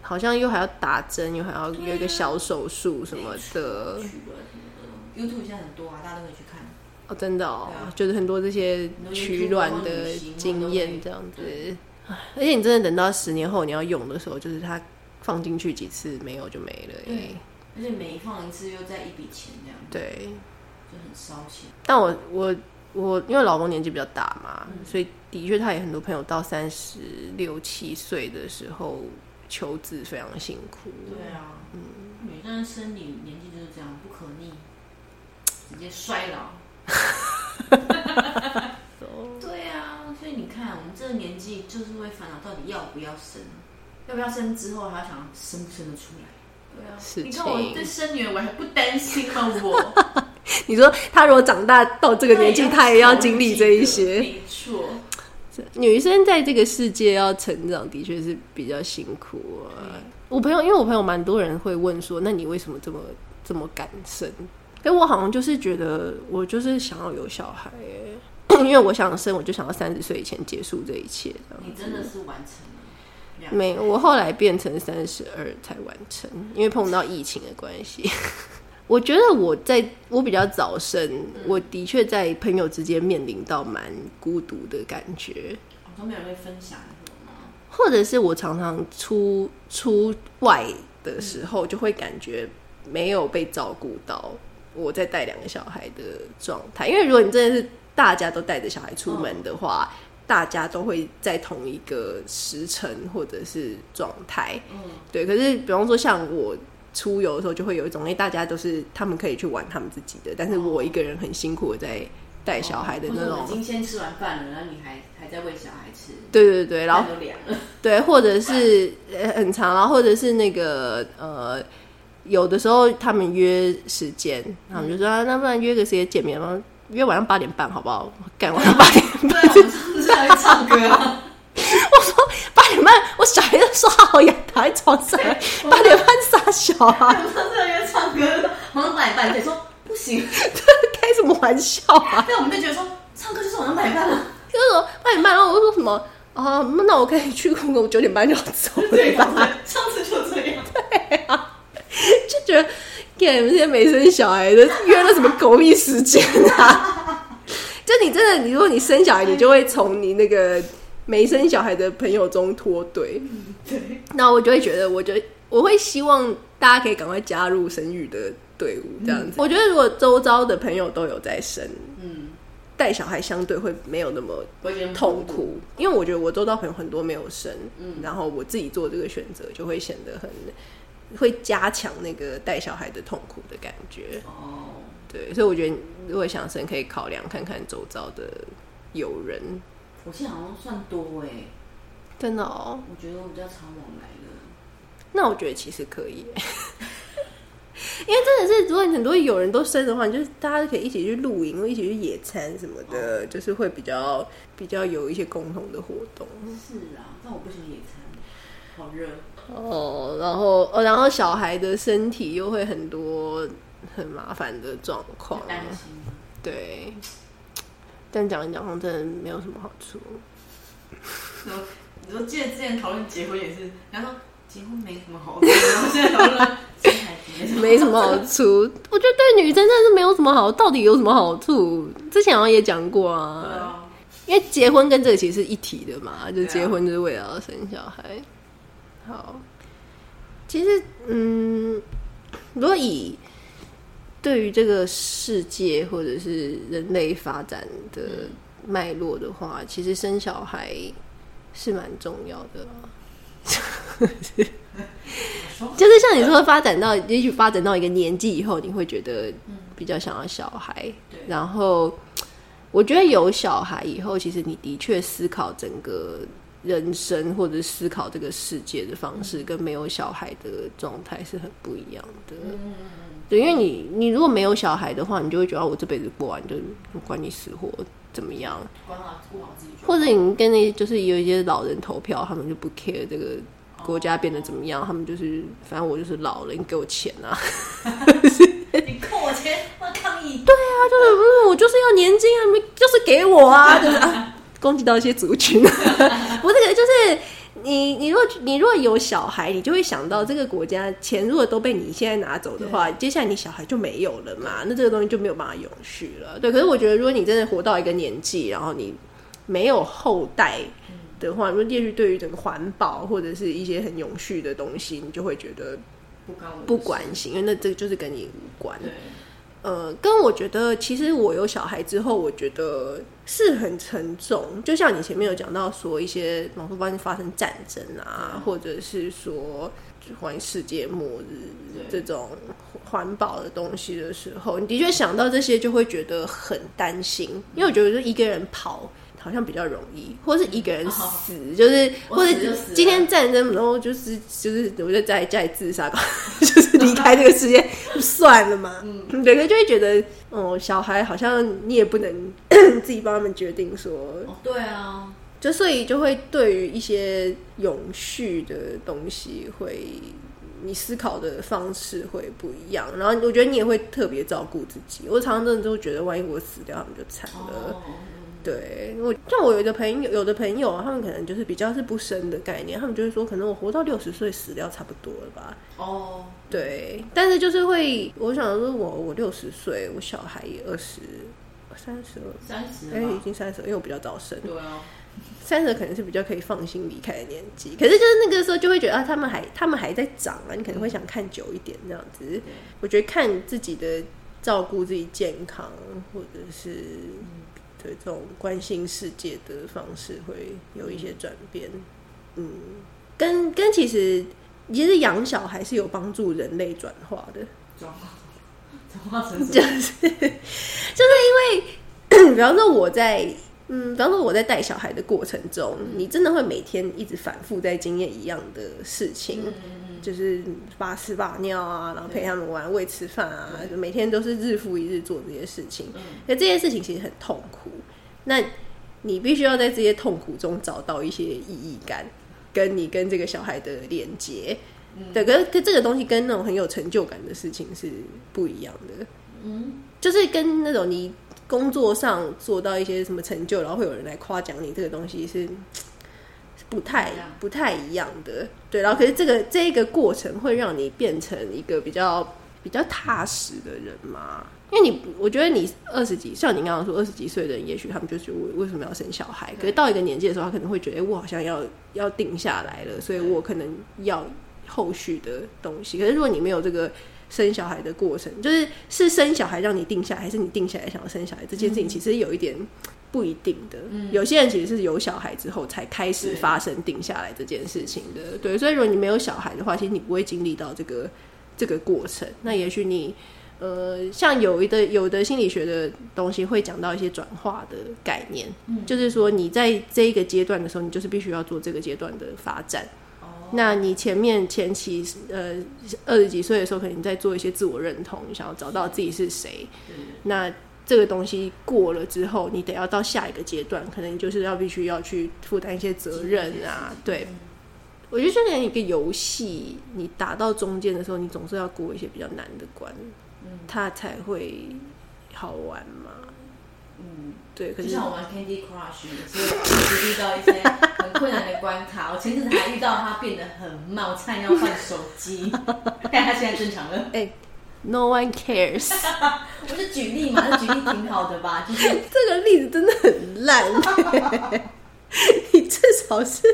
Speaker 1: 好像又还要打针，又还要
Speaker 2: 对啊
Speaker 1: 有一个小手术什么的
Speaker 2: 取。了什么的。YouTube 现在很多啊，大家都可以去看。
Speaker 1: 哦，真的哦
Speaker 2: 对啊，
Speaker 1: 就是很多这些取卵的经验这样子。唉而且你真的等到十年后你要用的时候，就是它放进去几次没有就没了耶。
Speaker 2: 而且每放一次又再一笔钱，这样
Speaker 1: 对，
Speaker 2: 就很烧钱。
Speaker 1: 但我我我因为老公年纪比较大嘛，所以的确他也很多朋友到三十六七岁的时候求子非常辛苦。
Speaker 2: 对啊，
Speaker 1: 嗯
Speaker 2: 女生生理年纪就是这样，不可逆，直接衰老。对啊，所以你看，我们这个年纪就是会烦恼，到底要不要生，要不要生之后，还要想生不生得出来。对啊，
Speaker 1: 事情
Speaker 2: 你看我对生女儿，我还不担心吗？我
Speaker 1: 你说他如果长大到 这
Speaker 2: 这
Speaker 1: 个年纪，他也要经历这一 些。
Speaker 2: 啊没错，
Speaker 1: 女生在这个世界要成长，的确是比较辛苦啊。我朋友，因为我朋友蛮多人会问说，那你为什么这么这么敢生？哎，我好像就是觉得，我就是想要有小孩、欸， 因为我想生，我就想要三十岁以前结束这一切。这样
Speaker 2: 你真的是完成了两
Speaker 1: 没有，我后来变成三十二才完成，因为碰到疫情的关系。 我觉得我在我比较早生，我的确在朋友之间面临到蛮孤独的感觉。
Speaker 2: 我都没有人会分享给我吗？
Speaker 1: 或者是我常常出出外的时候，就会感觉没有被照顾到我在带两个小孩的状态。因为如果你真的是大家都带着小孩出门的话，大家都会在同一个时辰或者是状态。
Speaker 2: 嗯，
Speaker 1: 对，可是比方说像我。出游的时候就会有一种，哎、大家都是他们可以去玩他们自己的，但是我一个人很辛苦的在带小孩的那
Speaker 2: 或者我
Speaker 1: 种
Speaker 2: 已，经先吃完饭了，然后你还还在喂小孩吃，
Speaker 1: 对对对，然后
Speaker 2: 饭都凉了。
Speaker 1: 对，或者是呃很长，然后或者是那个呃，有的时候他们约时间，他们就说、啊那不然约个时间见面吗？约晚上八点半好不好？赶晚上八点，
Speaker 2: 对啊，我们上次还会唱歌 啊，
Speaker 1: 八点半，我小孩都刷好牙躺在床上，八点半傻小
Speaker 2: 我
Speaker 1: 啊，
Speaker 2: 们上次还会唱歌，晚上八点半，你说不 行，
Speaker 1: 开什么玩笑啊？
Speaker 2: 但我们就觉得说唱歌就是晚上八点半了，
Speaker 1: 就是说八点半，然后我就说什么啊、那我可以去 g o 我九点半就要走
Speaker 2: 对
Speaker 1: 了
Speaker 2: 吧
Speaker 1: 吧？？
Speaker 2: 上次就这样，
Speaker 1: 就觉得给你们这些没生小孩的约了什么狗屁时间啊！ 就你真的，你如果你生小孩，你就会从你那个没生小孩的朋友中脱队。
Speaker 2: 对，
Speaker 1: 那我就会觉得，我就我会希望大家可以赶快加入生育的队伍，这样子。我觉得如果周遭的朋友都有在生，
Speaker 2: 嗯，
Speaker 1: 带小孩相对会没有那么
Speaker 2: 我觉得
Speaker 1: 痛苦，因为我觉得我周遭朋友很多没有生，
Speaker 2: 嗯
Speaker 1: 然后我自己做这个选择就会显得很会加强那个带小孩的痛苦的感觉，
Speaker 2: 哦，
Speaker 1: 对，所以我觉得如果想生，可以考量看看周遭的友人，
Speaker 2: 我现在好像算多哎，
Speaker 1: 真的哦，
Speaker 2: 我觉得我比较常往来的，
Speaker 1: 那我觉得其实可以 耶。因为真的是，如果你很多友人都生的话，你就是大家可以一起去露营，一起去野餐什么的，就是会比较比较有一些共同的活动。
Speaker 2: 是啊，但我不喜欢野餐，好热，
Speaker 1: 哦，然后哦，然后小孩的身体又会很多很麻烦的状况
Speaker 2: 就，担心啊。
Speaker 1: 对。但讲一讲，好像真的没有什么好处。
Speaker 2: 然后你说记得之前讨论结婚也是，然后说结婚没什么好，然后现在讨论生孩子没什么
Speaker 1: 没什么好处。我觉得对女生真的是没有什么好，到底有什么好处？之前好像也讲过
Speaker 2: 好对
Speaker 1: 啊，
Speaker 2: 啊，
Speaker 1: 因为结婚跟这个其实是一体的嘛，就
Speaker 2: 对啊
Speaker 1: 结婚就是为了要生小孩。好，其实嗯，如果以对于这个世界或者是人类发展的
Speaker 2: 嗯
Speaker 1: 脉络的话，其实生小孩是蛮重要的啊。就是像你说，发展到也许发展到一个年纪以后，你会觉得比较想要小孩。
Speaker 2: 对
Speaker 1: 然后我觉得有小孩以后，其实你的确思考整个人生或者思考这个世界的方式，跟没有小孩的状态是很不一样的。
Speaker 2: 嗯，
Speaker 1: 对，因为你你如果没有小孩的话，你就会觉得啊我这辈子过完就管你死活怎么样，
Speaker 2: 管好顾好自己就好。
Speaker 1: 或者你跟那就是有一些老人投票，他们就不 care 这个国家变得怎么样，他们就是反正我就是老了，你给我钱啊，
Speaker 2: 你扣我钱，我要抗议。
Speaker 1: 他就是不是我就是要年金啊，你就是给我啊，就是啊，攻击到一些族群， 不是就是。你你若你若有小孩，你就会想到这个国家钱如果都被你现在拿走的话，接下来你小孩就没有了嘛，那这个东西就没有办法永续了。对，可是我觉得如果你真的活到一个年纪，然后你没有后代的话，如果也许对于整个环保或者是一些很永续的东西，你就会觉得
Speaker 2: 不关我的事
Speaker 1: 不关心，因为那这个就是跟你无关。
Speaker 2: 对，
Speaker 1: 呃，跟我觉得，其实我有小孩之后，我觉得是很沉重。就像你前面有讲到说，一些比方说发生发生战争
Speaker 2: 嗯
Speaker 1: 啊，或者是说就关于世界末日这种环保的东西的时候，你的确想到这些，就会觉得很担心。因为我觉得，就一个人跑好像比较容易，或是一个人死，就是
Speaker 2: 哦我
Speaker 1: 或者
Speaker 2: 死就死了
Speaker 1: 今天战争，然后就是就是我就在家里自杀吧， 就是离开这个世界就算了嘛。嗯，对，可是就会觉得，哦，小孩好像你也不能 自己帮他们决定说，
Speaker 2: 哦，对啊，
Speaker 1: 就所以就会对于一些永续的东西会。你思考的方式会不一样，然后我觉得你也会特别照顾自己。我常常真的就觉得，万一我死掉，他们就惨了。
Speaker 2: 哦，
Speaker 1: 对我，像我有的朋友，有的朋友啊，他们可能就是比较是不生的概念，他们就是说，可能我活到六十岁死掉差不多了吧。
Speaker 2: 哦，
Speaker 1: 对，但是就是会，我想说我，我六十岁，我小孩也二十三十了，
Speaker 2: 三十
Speaker 1: 哎、已
Speaker 2: 吧，
Speaker 1: 经三十了，因为我比较早生，
Speaker 2: 对啊，
Speaker 1: 三十可能是比较可以放心离开的年纪。可是就是那个时候就会觉得啊，他们还他们还在长啊，你可能会想看久一点这样子。
Speaker 2: 对，
Speaker 1: 我觉得看自己的照顾自己健康，或者是对这种关心世界的方式，会有一些转变。嗯，跟跟其实其实养小孩是有帮助人类转化的，
Speaker 2: 转化，转化成什
Speaker 1: 就
Speaker 2: 么
Speaker 1: 是就是因为，比方说我在。嗯，比方说我在带小孩的过程中，你真的会每天一直反复在经验一样的事情，
Speaker 2: 嗯嗯
Speaker 1: 就是把屎把尿啊，然后陪
Speaker 2: 对
Speaker 1: 他们玩、喂吃饭啊，
Speaker 2: 对
Speaker 1: 每天都是日复一日做这些事情
Speaker 2: 嗯。嗯，
Speaker 1: 可这些事情其实很痛苦，那你必须要在这些痛苦中找到一些意义感，跟你跟这个小孩的连接。
Speaker 2: 嗯
Speaker 1: 对，可是可这个东西跟那种很有成就感的事情是不一样的，
Speaker 2: 嗯，
Speaker 1: 就是跟那种你工作上做到一些什么成就，然后会有人来夸奖你，这个东西是。是不太
Speaker 2: 不一样
Speaker 1: 不太一样的，对，然后可是这个这个过程会让你变成一个比较比较踏实的人嘛？因为你，我觉得你二十几，像你刚刚说二十几岁的人，也许他们就觉得我为什么要生小孩？可是到一个年纪的时候，他可能会觉得，哎我好像要要定下来了，所以我可能要后续的东西。可是如果你没有这个生小孩的过程，就是是生小孩让你定下来，还是你定下来想要生小孩这件事情，其实有一点不一定的。有些人其实是有小孩之后才开始
Speaker 2: 对
Speaker 1: 发生定下来这件事情的，对。所以如果你没有小孩的话，其实你不会经历到这个这个过程。那也许你呃，像有一的有的心理学的东西会讲到一些转化的概念，
Speaker 2: 嗯
Speaker 1: 就是说你在这一个阶段的时候，你就是必须要做这个阶段的发展。
Speaker 2: 哦，
Speaker 1: 那你前面前期呃二十几岁的时候，可能你在做一些自我认同，你想要找到自己是谁。
Speaker 2: 对对
Speaker 1: 那这个东西过了之后，你得要到下一个阶段，可能你就是要必须要去负担一些责任啊。对，我觉得就连一个游戏，你打到中间的时候，你总是要过一些比较难的关，
Speaker 2: 嗯
Speaker 1: 它才会好玩嘛。
Speaker 2: 嗯，
Speaker 1: 对，可
Speaker 2: 就是像我玩 Candy Crush，也是会遇到一些很困难的关卡。我前阵子还遇到他变得很慢，我差点要换手机，但他现在正常了。
Speaker 1: 哎 no one cares，
Speaker 2: 我就举例嘛，这举例挺好的吧？就是
Speaker 1: 这个例子真的很烂、 你至少是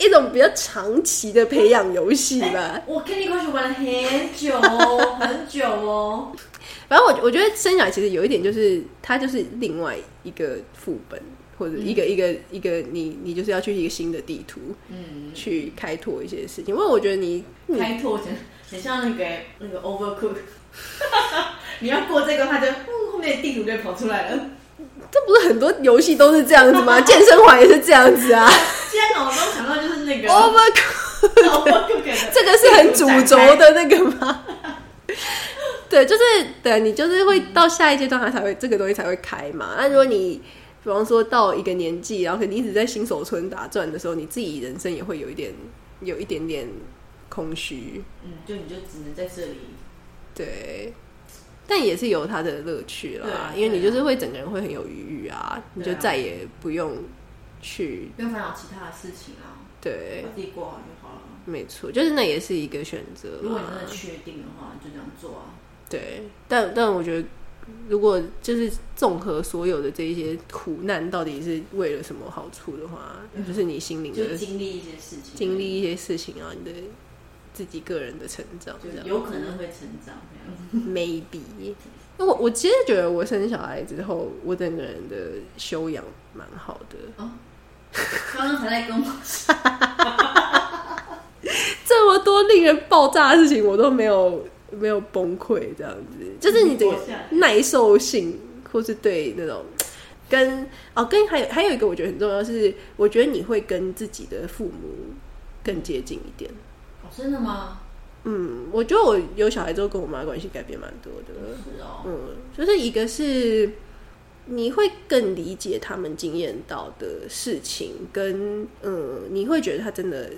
Speaker 1: 一种比较长期的培养游戏吧。
Speaker 2: 我 Candy Crush 玩了很久哦，很久哦。
Speaker 1: 反正我我觉得生涯其实有一点就是，它就是另外一个副本，或者一个一个一个你你就是要去一个新的地图
Speaker 2: 嗯，
Speaker 1: 去开拓一些事情。因为我觉得你你
Speaker 2: 开拓很很像那个那个 Overcook，你要过这个，它就嗯后面的地图就跑出来了。
Speaker 1: 这不是很多游戏都是这样子吗？健身环也是这样子啊。
Speaker 2: 现在脑中想到就是那个啊
Speaker 1: 哦 Overcook，
Speaker 2: Overcook，的
Speaker 1: 这个是很主轴的那个吗？ 对，就是对你就是会到下一阶段，它才会这个东西才会开嘛。那如果你比方说到一个年纪，然后可能你一直在新手村打转的时候，你自己人生也会有一点有一点点空虚，
Speaker 2: 嗯，就你就只能在这里，
Speaker 1: 对。但也是有它的乐趣
Speaker 2: 对
Speaker 1: 啦
Speaker 2: 啊，
Speaker 1: 因为你
Speaker 2: 对
Speaker 1: 就
Speaker 2: 啊
Speaker 1: 是会整个人会很有余裕啊，你就
Speaker 2: 对啊
Speaker 1: 再也不用去
Speaker 2: 不用烦恼其他的事情啊，
Speaker 1: 对
Speaker 2: 把，自己过好就好了。
Speaker 1: 没错，就是那也是一个选择嘛。
Speaker 2: 如果你真的确定的话，你就这样做啊。
Speaker 1: 对，但但我觉得，如果就是综合所有的这一些苦难，到底是为了什么好处的话，就是你心灵
Speaker 2: 嗯就
Speaker 1: 的
Speaker 2: 经历一些事情，
Speaker 1: 经历一些事情啊，你的自己个人的成长，这
Speaker 2: 就
Speaker 1: 样
Speaker 2: 有可能会成长这样。
Speaker 1: maybe。那我我其实觉得我生小孩之后，我整个人的修养蛮好的，啊
Speaker 2: 刚刚才在跟我
Speaker 1: 这么多令人爆炸的事情，我都没有没有崩溃，这样子，就是你整个
Speaker 2: 活下来
Speaker 1: 耐受性，或是对那种跟哦跟还有还有一个我觉得很重要是，我觉得你会跟自己的父母更接近一点。
Speaker 2: 哦真的吗？
Speaker 1: 嗯，我觉得我有小孩之后跟我妈关系改变蛮多的。
Speaker 2: 是哦，
Speaker 1: 嗯，就是一个是你会更理解他们经验到的事情，跟嗯，你会觉得他真的，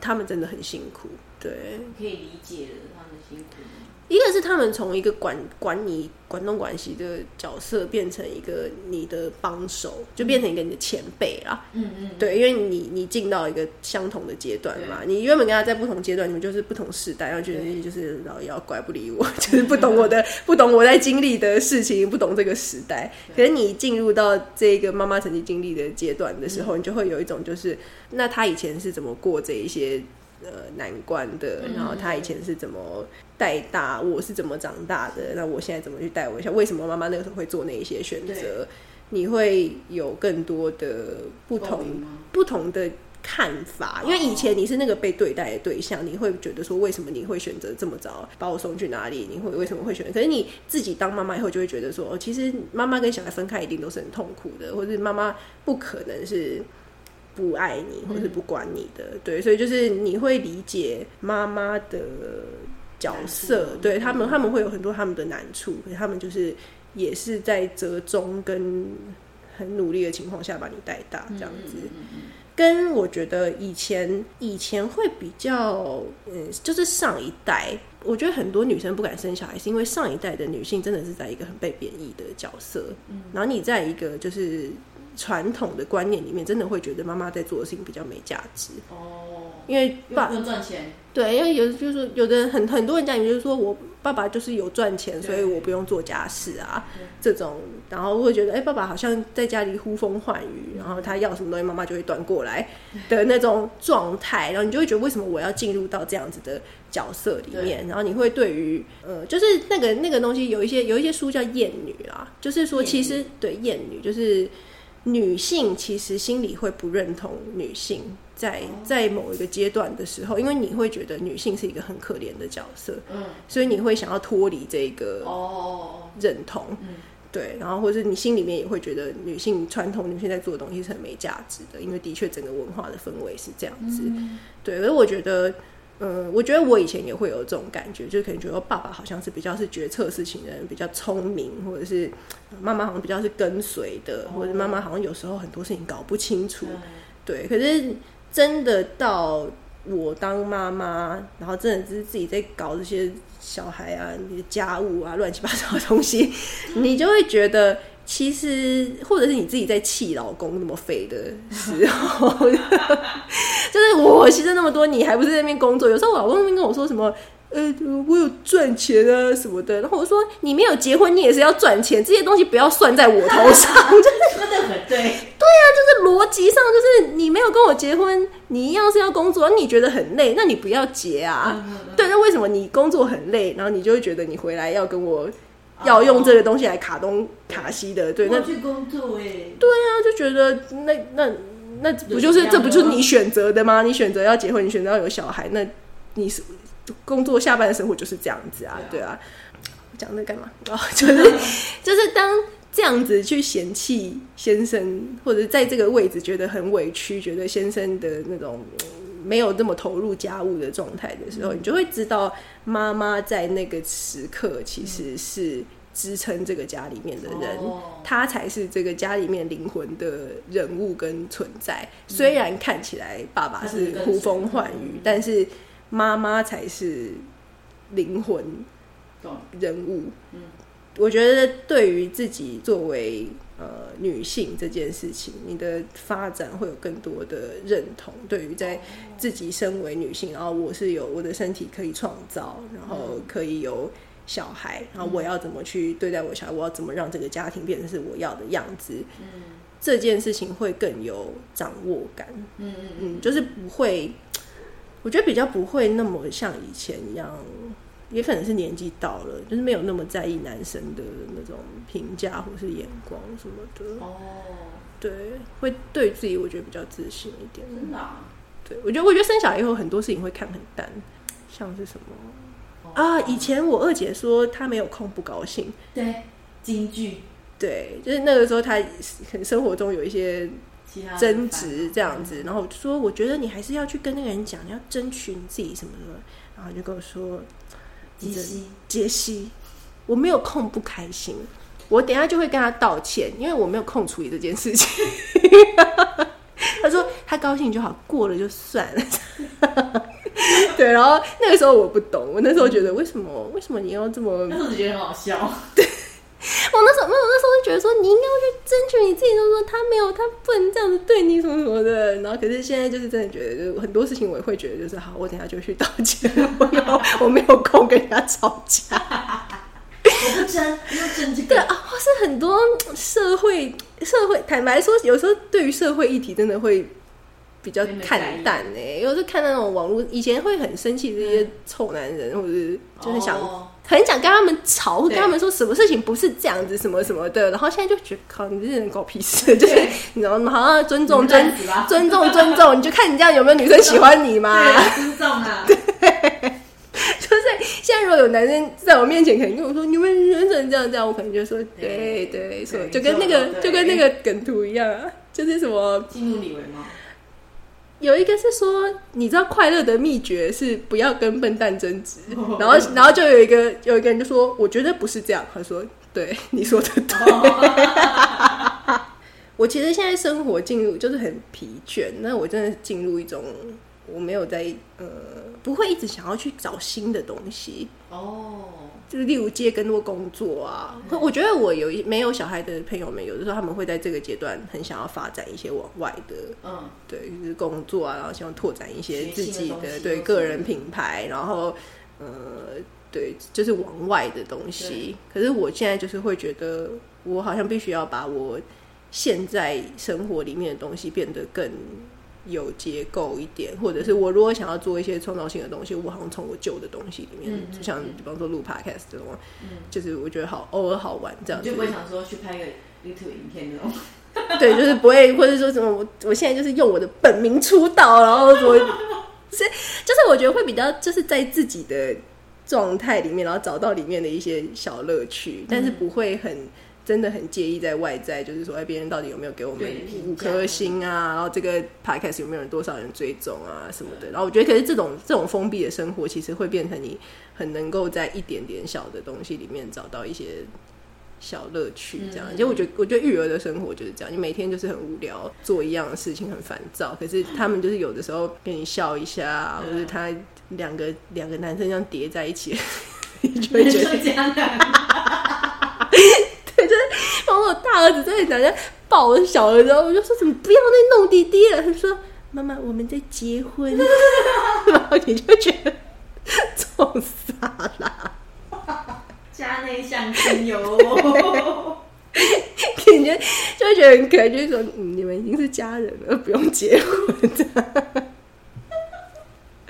Speaker 1: 他们真的很辛苦。对，
Speaker 2: 可以理解的，他们辛苦吗。
Speaker 1: 一个是他们从一个管管你管东管西的角色，变成一个你的帮手，就变成一个你的前辈啦。
Speaker 2: 嗯嗯，
Speaker 1: 对，因为你你进到一个相同的阶段嘛，你原本跟他在不同阶段，你们就是不同时代，然后觉得
Speaker 2: 对
Speaker 1: 就是老妖怪不 理我，就是不懂我的，不懂我在经历的事情，不懂这个时代。可
Speaker 2: 对
Speaker 1: 是你进入到这个妈妈曾经经历的阶段的时
Speaker 2: 嗯
Speaker 1: 候，你就会有一种就是，那他以前是怎么过这一些呃难关的，
Speaker 2: 嗯
Speaker 1: 然后他以前是怎么带大，我是怎么长大的，那我现在怎么去带我一下？为什么妈妈那个时候会做那一些选择？你会有更多的不
Speaker 2: 共
Speaker 1: 同
Speaker 2: 鸣吗
Speaker 1: 不同的看法，因为以前你是那个被对待的对象，你会觉得说为什么你会选择这么早把我送去哪里？你会为什么会选择？可是你自己当妈妈以后，就会觉得说，哦，其实妈妈跟小孩分开一定都是很痛苦的，或是妈妈不可能是不爱你，或是不管你的，对，所以就是你会理解妈妈的角
Speaker 2: 难
Speaker 1: 色
Speaker 2: 处，
Speaker 1: 对他们，他们会有很多他们的难处，可是他们就是也是在折中跟很努力的情况下把你带大这样子。
Speaker 2: 嗯嗯嗯嗯
Speaker 1: 跟我觉得以前以前会比较，嗯，就是上一代，我觉得很多女生不敢生小孩，是因为上一代的女性真的是在一个很被贬义的角色，
Speaker 2: 嗯
Speaker 1: 然后你在一个就是传统的观念里面，真的会觉得妈妈在做的事情比较没价值，
Speaker 2: 哦，
Speaker 1: 因为
Speaker 2: 又
Speaker 1: 爸
Speaker 2: 不能赚钱，
Speaker 1: 对，因为有就是说有的人很很多人家里面就是说我爸爸就是有赚钱，
Speaker 2: 对
Speaker 1: 所以我不用做家事啊
Speaker 2: 对，
Speaker 1: 这种，然后会觉得哎、爸爸好像在家里呼风唤雨，
Speaker 2: 嗯
Speaker 1: 然后他要什么东西妈妈就会端过来的那种状态，然后你就会觉得为什么我要进入到这样子的角色里面，然后你会对于呃就是那个那个东西有一些有一些书叫厌女啊，就是说其实对厌女就是。女性其实心里会不认同女性在
Speaker 2: 哦
Speaker 1: 在某一个阶段的时候，因为你会觉得女性是一个很可怜的角色，
Speaker 2: 嗯，
Speaker 1: 所以你会想要脱离这
Speaker 2: 哦
Speaker 1: 个
Speaker 2: 哦
Speaker 1: 认同
Speaker 2: 哦，，嗯，
Speaker 1: 对，然后或者你心里面也会觉得女性传统女性在做的东西是很没价值的，因为的确整个文化的氛围是这样子，
Speaker 2: 嗯
Speaker 1: 对，而我觉得。嗯，我觉得我以前也会有这种感觉，就可能觉得爸爸好像是比较是决策事情的人，比较聪明，或者是呃妈妈好像比较是跟随的，或者妈妈好像有时候很多事情搞不清楚， 对，可是真的到我当妈妈，然后真的是自己在搞这些小孩啊、你的家务啊、乱七八糟的东西，你就会觉得。其实，或者是你自己在气老公那么废的时候， 就是我牺牲那么多，你还不是在那边工作？有时候我老公在那边跟我说什么，呃，我有赚钱啊什么的，然后我说你没有结婚，你也是要赚钱，这些东西不要算在我头上，
Speaker 2: 说的很对，
Speaker 1: 这逻辑上就是你没有跟我结婚，你一样是要工作，你觉得很累，那你不要结啊。
Speaker 2: 嗯嗯
Speaker 1: 对，那为什么你工作很累，然后你就会觉得你回来要跟我要用这个东西来卡东卡西的？对，那
Speaker 2: 我
Speaker 1: 对
Speaker 2: 去工作哎，
Speaker 1: 啊，就觉得那那那不就是这不就是你选择的吗？你选择要结婚，你选择要有小孩，那你是工作下班的生活就是这样子啊，对
Speaker 2: 对
Speaker 1: 啊。讲这干嘛？哦， 就是就是当这样子去嫌弃先生，或者在这个位置觉得很委屈，觉得先生的那种嗯没有那么投入家务的状态的时候，你就会知道妈妈在那个时刻其实是支撑这个家里面的人
Speaker 2: 哦，
Speaker 1: 她才是这个家里面灵魂的人物跟存在。虽然看起来爸爸
Speaker 2: 她
Speaker 1: 是
Speaker 2: 嗯是跟
Speaker 1: 呼风唤雨
Speaker 2: 嗯，
Speaker 1: 但是妈妈才是灵魂
Speaker 2: 懂，
Speaker 1: 人物。
Speaker 2: 嗯
Speaker 1: 我觉得对于自己作为呃女性这件事情，你的发展会有更多的认同。对于
Speaker 2: 哦
Speaker 1: 在自己身为女性，然后我是有我的身体可以创造，然
Speaker 2: 嗯
Speaker 1: 后可以有小孩，然后我要怎么去对待我小孩，我要怎么让这个家庭变成是我要的样子，
Speaker 2: 嗯
Speaker 1: 这件事情会更有掌握感。
Speaker 2: 嗯嗯嗯，
Speaker 1: 嗯，就是不会。我我觉得比较不会那么像以前一样，也可能是年纪到了，就是没有那么在意男生的那种评价或是眼光什么的。
Speaker 2: 哦，
Speaker 1: 对，会对自己我觉得比较自信一点。
Speaker 2: 真的、啊，
Speaker 1: 对，我觉得我觉得生小孩以后很多事情会看很淡，像是什么
Speaker 2: 哦
Speaker 1: 啊？以前我二姐说她没有空不高兴，
Speaker 2: 对京剧
Speaker 1: 对，就是那个时候她可能生活中有一些
Speaker 2: 其他的
Speaker 1: 争
Speaker 2: 烦恼
Speaker 1: 执这样子，然后我就说我觉得你还是要去跟那个人讲，你要争取你自己什么的，然后就跟我说
Speaker 2: 鸡西
Speaker 1: 杰西，我没有空不开心，我等一下就会跟他道歉，因为我没有空处理这件事情。 他说他高兴就好，过了就算了。 对，然后那个时候我不懂，我那时候觉得为什么为什么你要这么，我那时
Speaker 2: 那
Speaker 1: 候
Speaker 2: 时候就觉得很好 笑，
Speaker 1: 那时候那时候就觉得说你应该要去争取你自己，就是说他没有他不能这样子对你什么什么的。然后可是现在就是真的觉得，就是很多事情我也会觉得就是好，我等一下就去道歉， 我有我没有空跟人家吵架。
Speaker 2: 我不争，不要争这
Speaker 1: 对
Speaker 2: 个，
Speaker 1: 啊，或是很多嗯社会社会，坦白说，有时候对于社会议题真的会比较看淡哎、有时候看那种网络，以前会很生气这些臭男人，或者是就很想、
Speaker 2: 哦
Speaker 1: 很想跟他们吵，或
Speaker 2: 对
Speaker 1: 跟他们说什么事情不是这样子，什么什么的。然后现在就觉得靠，你这人搞屁事，就是
Speaker 2: 对
Speaker 1: 你知道吗？好像尊重
Speaker 2: 你烂
Speaker 1: 尊
Speaker 2: 死吧
Speaker 1: 尊重尊重，你就看你这样有没有女生喜欢你嘛。
Speaker 2: 对，尊 重啊，
Speaker 1: 就是现在如果有男生在我面前，可能跟我说你们人怎么这样这样，我可能就说对
Speaker 2: 对
Speaker 1: 对，
Speaker 2: 对
Speaker 1: 说
Speaker 2: 你
Speaker 1: 就跟那个
Speaker 2: 做得对
Speaker 1: 就跟那个梗图一样啊，就是什么
Speaker 2: 进入李维吗？
Speaker 1: 有一个是说，你知道快乐的秘诀是不要跟笨蛋争 执，然后然后就有一个有一个人就说，我觉得不是这样，他说对你说的对。
Speaker 2: 哦
Speaker 1: 我其实现在生活进入就是很疲倦，那我真的进入一种我没有在呃不会一直想要去找新的东西，
Speaker 2: 哦，
Speaker 1: 就是例如接更多工作啊，可我觉得我有一没有小孩的朋友们，有的时候他们会在这个阶段很想要发展一些往外的，
Speaker 2: 嗯，
Speaker 1: 对，就是工作啊，然后希望拓展一些自
Speaker 2: 学习
Speaker 1: 己
Speaker 2: 的东
Speaker 1: 的
Speaker 2: 西
Speaker 1: 对
Speaker 2: 或是
Speaker 1: 个人品牌，然后呃，对，就是往外的东西。可是我现在就是会觉得，我好像必须要把我现在生活里面的东西变得更有结构一点，或者是我如果想要做一些创造性的东西，我好像从我旧的东西里面，
Speaker 2: 嗯嗯
Speaker 1: 像
Speaker 2: 嗯
Speaker 1: 比方说录 podcast 这种，
Speaker 2: 嗯
Speaker 1: 就是我觉得好偶尔好玩这样子
Speaker 2: 你就不会想说去拍个 YouTube 影片 那种，
Speaker 1: 对，就是不会，或者说什么，我我现在就是用我的本名出道，然后我是就是我觉得会比较就是在自己的状态里面，然后找到里面的一些小乐趣，但
Speaker 2: 嗯
Speaker 1: 是不会很。真的很介意在外在，就是说，哎，别人到底有没有给我们
Speaker 2: 对评价
Speaker 1: 五颗星啊？然后这个 podcast 有没有人多少人追踪啊什么
Speaker 2: 嗯
Speaker 1: 的？然后我觉得，可是这种这种封闭的生活，其实会变成你很能够在一点点小的东西里面找到一些小乐趣，这样。
Speaker 2: 嗯
Speaker 1: 其实我觉得，我觉得育儿的生活就是这样，你每天就是很无聊，做一样的事情很烦躁。可是他们就是有的时候跟你笑一下，
Speaker 2: 嗯
Speaker 1: 或者他两个两个男生这样叠在一起，你就会觉得，
Speaker 2: 就这样的，嗯
Speaker 1: 然后我大儿子在那里抱我小儿子，我就说怎么不要再弄弟弟了？他说妈妈，我们在结婚， 然后你就觉得 中傻啦。
Speaker 2: 家内相亲哦 哟，
Speaker 1: 感觉就会觉得很可爱，就是说、嗯、你们已经是家人了，不用结 婚的。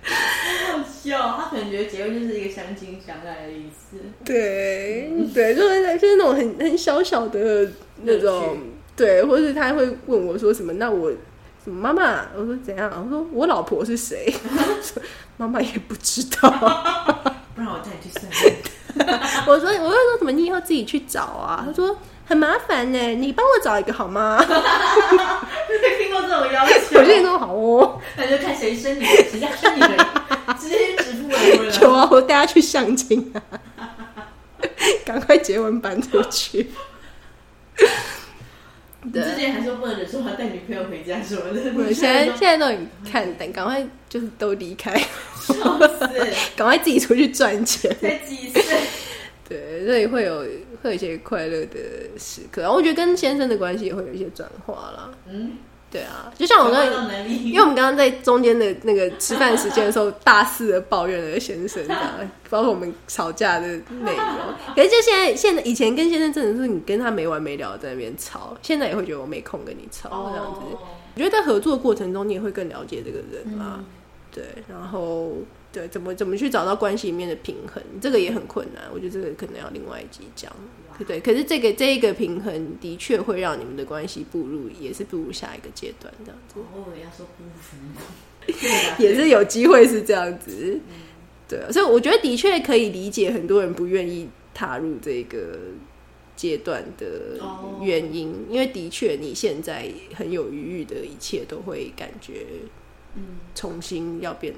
Speaker 2: 好笑。他可能觉得结婚就是一个相亲相爱的意思，
Speaker 1: 对嗯对，就是就是那种很很小小的那
Speaker 2: 乐
Speaker 1: 种
Speaker 2: 趣，
Speaker 1: 对，或是他会问我说什么，那我什么妈妈，我说怎样，我说我老婆是谁， 说妈妈也不知道，
Speaker 2: 不然我带你去算命。
Speaker 1: 我说我会说什么，你以后自己去找啊，他说很麻烦呢、你帮我找一个好吗？
Speaker 2: 听过这种要求，
Speaker 1: 我就说好哦，
Speaker 2: 那就看谁生你，谁家生你人，直接指腹为 婚
Speaker 1: 有
Speaker 2: 了。
Speaker 1: 啊，我带他去相亲啊， 赶快结婚搬出去。
Speaker 2: 你
Speaker 1: 对。
Speaker 2: 之前还说不能忍受他带女朋友回家什么的，
Speaker 1: 我
Speaker 2: 你
Speaker 1: 现在
Speaker 2: 说
Speaker 1: 现在都很看淡，赶快就是都离开，
Speaker 2: 笑死，
Speaker 1: 赶快自己出去赚钱。
Speaker 2: 才几岁？
Speaker 1: 对，所以会有会有一些快乐的时刻，然后我觉得跟先生的关系也会有一些转化啦。
Speaker 2: 嗯，
Speaker 1: 对啊，就像我刚
Speaker 2: 找到
Speaker 1: 刚，
Speaker 2: 能
Speaker 1: 因
Speaker 2: 力
Speaker 1: 为我们刚刚在中间的那个吃饭时间的时候，大肆的抱怨了先生，这样包括我们吵架的内容。可是就现在，现在以前跟先生真的是你跟他没完没了在那边吵，现在也会觉得我没空跟你吵这样子。
Speaker 2: 哦，
Speaker 1: 我觉得在合作过程中，你也会更了解这个人啊。
Speaker 2: 嗯
Speaker 1: 对对，然后对怎么怎么去找到关系里面的平衡，这个也很困难。我觉得这个可能要另外一集讲，对对。可是这个这一个平衡的确会让你们的关系步入，也是步入下一个阶段这样子，
Speaker 2: 我以为要说不分对吧？
Speaker 1: 也是有机会是这样子。对，啊所以我觉得的确可以理解很多人不愿意踏入这个阶段的
Speaker 2: 哦
Speaker 1: 原因，因为的确你现在很有余裕的一切都会感觉
Speaker 2: 嗯，
Speaker 1: 重新要变，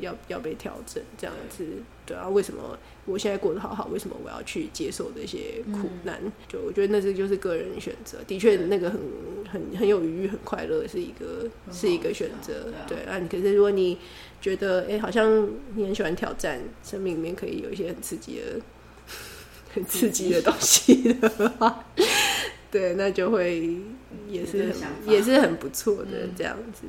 Speaker 1: 要要被调整这样子。对啊，为什么我现在过得好好，为什么我要去接受这些苦难？就我觉得那是就是个人选择，的确
Speaker 2: 嗯对
Speaker 1: 那个很很很有余裕，很快乐是一个
Speaker 2: 很好
Speaker 1: 是一个选择
Speaker 2: 是啊。对
Speaker 1: 对啊，你可是如果你觉得哎、诶好像你很喜欢挑战，生命里面可以有一些很刺激的。 很刺激的东西的话，对，那就会也
Speaker 2: 有
Speaker 1: 是
Speaker 2: 这个
Speaker 1: 很
Speaker 2: 想法
Speaker 1: 也是很不错的
Speaker 2: 嗯
Speaker 1: 这样子，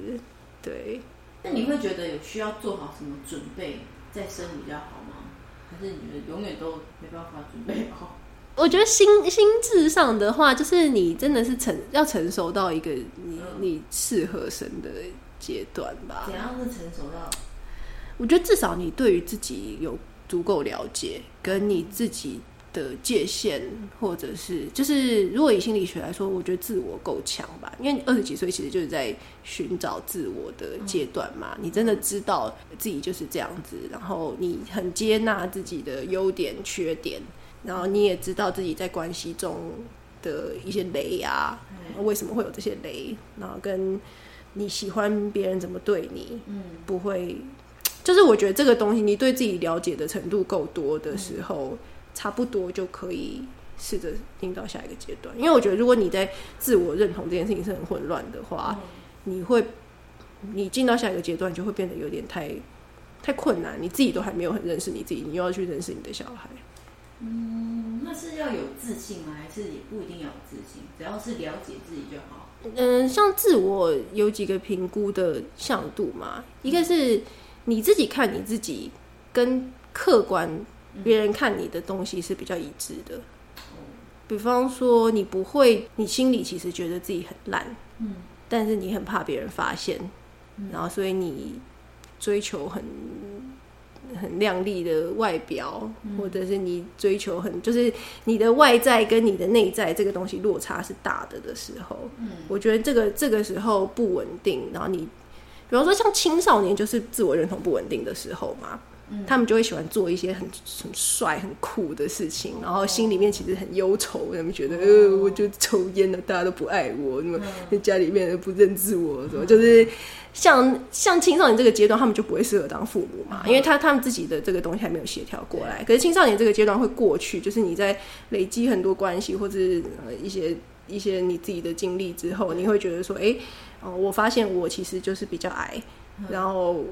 Speaker 1: 对。
Speaker 2: 那你会觉得有需要做好什么准备再生比较好吗？还是你觉得永远都没办法准备好？
Speaker 1: 我觉得心心智上的话，就是你真的是成要成熟到一个你
Speaker 2: 嗯
Speaker 1: 你适合生的阶段吧
Speaker 2: 怎。样是成熟到
Speaker 1: 我觉得至少你对于自己有足够了解，跟你自己的界限，或者是就是如果以心理学来说，我觉得自我够强吧，因为二十几岁其实就是在寻找自我的阶段嘛。你真的知道自己就是这样子，然后你很接纳自己的优点、缺点，然后你也知道自己在关系中的一些雷啊，为什么会有这些雷，然后跟你喜欢别人怎么对你，
Speaker 2: 嗯
Speaker 1: 不会，就是我觉得这个东西，你对自己了解的程度够多的时候，差不多就可以试着进到下一个阶段。因为我觉得，如果你在自我认同这件事情是很混乱的话，你会，你进到下一个阶段就会变得有点太太困难，你自己都还没有很认识你自己，你又要去认识你的小孩。
Speaker 2: 嗯，那是要有自信吗？还是也不一定要有自信，只要是了解自己就好。
Speaker 1: 嗯，像自我有几个评估的向度嘛，一个是你自己看你自己，跟客观别人看你的东西是比较一致的。比方说，你不会，你心里其实觉得自己很烂，
Speaker 2: 嗯，
Speaker 1: 但是你很怕别人发现，然后所以你追求很很靓丽的外表，或者是你追求很就是你的外在跟你的内在这个东西落差是大的的时候，
Speaker 2: 嗯，
Speaker 1: 我觉得这个这个时候不稳定，然后你比方说像青少年就是自我认同不稳定的时候嘛，
Speaker 2: 嗯
Speaker 1: 他们就会喜欢做一些很很帅、很酷的事情，然
Speaker 2: 哦
Speaker 1: 后心里面其实很忧愁，他们觉得、呃，我就抽烟了，大家都不爱我，那么
Speaker 2: 嗯
Speaker 1: 家里面人不认识我，什么就是。像像青少年这个阶段，他们就不会适合当父母嘛，
Speaker 2: 哦
Speaker 1: 因为他他们自己的这个东西还没有协调过来。可是青少年这个阶段会过去，就是你在累积很多关系或者呃一些一些你自己的经历之后，你会觉得说，诶，哦、我发现我其实就是比较矮，然后。嗯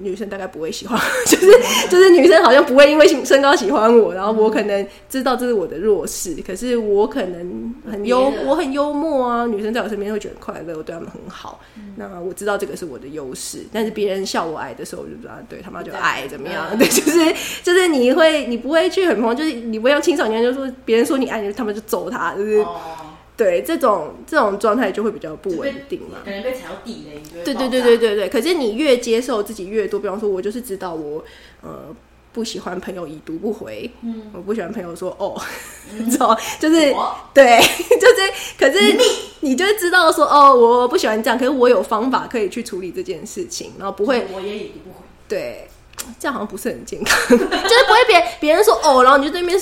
Speaker 1: 女生大概不会喜欢， 就是就是女生好像不会因为性身高喜欢我，然后我可能知道这是我的弱势，可是我可能很幽
Speaker 2: 别的，
Speaker 1: 我很幽默啊，女生在我身边会觉得很快乐，我对她们很好。那我知道这个是我的优势，但是别人笑我矮的时候，我就知道啊对他妈就矮怎么样？
Speaker 2: 嗯
Speaker 1: 对，就是就是你会你不会去很疯，就是你不会像青少年就说别人说你矮，你他们就揍他，就是、
Speaker 2: 哦，
Speaker 1: 对这种这种状态就会比较不
Speaker 2: 就
Speaker 1: 稳
Speaker 2: 被
Speaker 1: 定嘛。
Speaker 2: 感觉被踩到地雷，你就会
Speaker 1: 对对
Speaker 2: 爆
Speaker 1: 对
Speaker 2: 炸
Speaker 1: 对，对对。可是你越接受自己越多，比方说，我就是知道我呃不喜欢朋友已读不回，
Speaker 2: 嗯，
Speaker 1: 我不喜欢朋友说哦， 你知道吗，就是
Speaker 2: 我
Speaker 1: 对， 就是可是你你就知道说哦，我不喜欢这样，可是我有方法可以去处理这件事情，然后不会
Speaker 2: 我也已读不回。
Speaker 1: 对，这样好像不是很健康，就是不会别别人说哦，然后你就在那边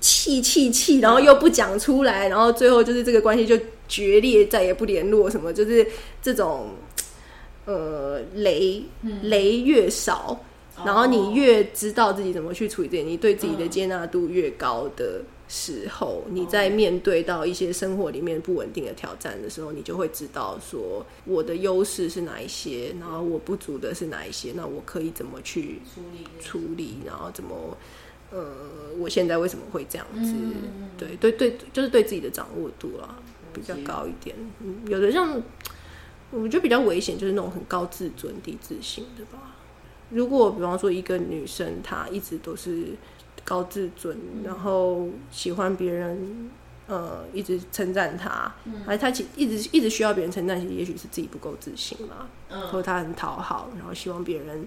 Speaker 1: 气气气，然后又不讲出来，然后最后就是这个关系就决裂，再也不联络什么，就是这种呃雷雷越少。然后你越知道自己怎么去处理这些，你对自己的接纳度越高的时候，你在面对到一些生活里面不稳定的挑战的时候，你就会知道说我的优势是哪一些，然后我不足的是哪一些，那我可以怎么去
Speaker 2: 处理这个
Speaker 1: 处理，然后怎么呃，我现在为什么会这样子？
Speaker 2: 嗯嗯嗯
Speaker 1: 对对对，就是对自己的掌握度啦比较
Speaker 2: 解
Speaker 1: 高一点。嗯，有的像我觉得比较危险，就是那种很高自尊、低自信的吧。如果比方说一个女
Speaker 2: 嗯
Speaker 1: 生她一直都是高自尊，然后喜欢别人呃一直称赞他，
Speaker 2: 嗯
Speaker 1: 还是他其一直一直需要别人称赞，其实也许是自己不够自信啦，
Speaker 2: 嗯
Speaker 1: 或者他很讨好，然后希望别人。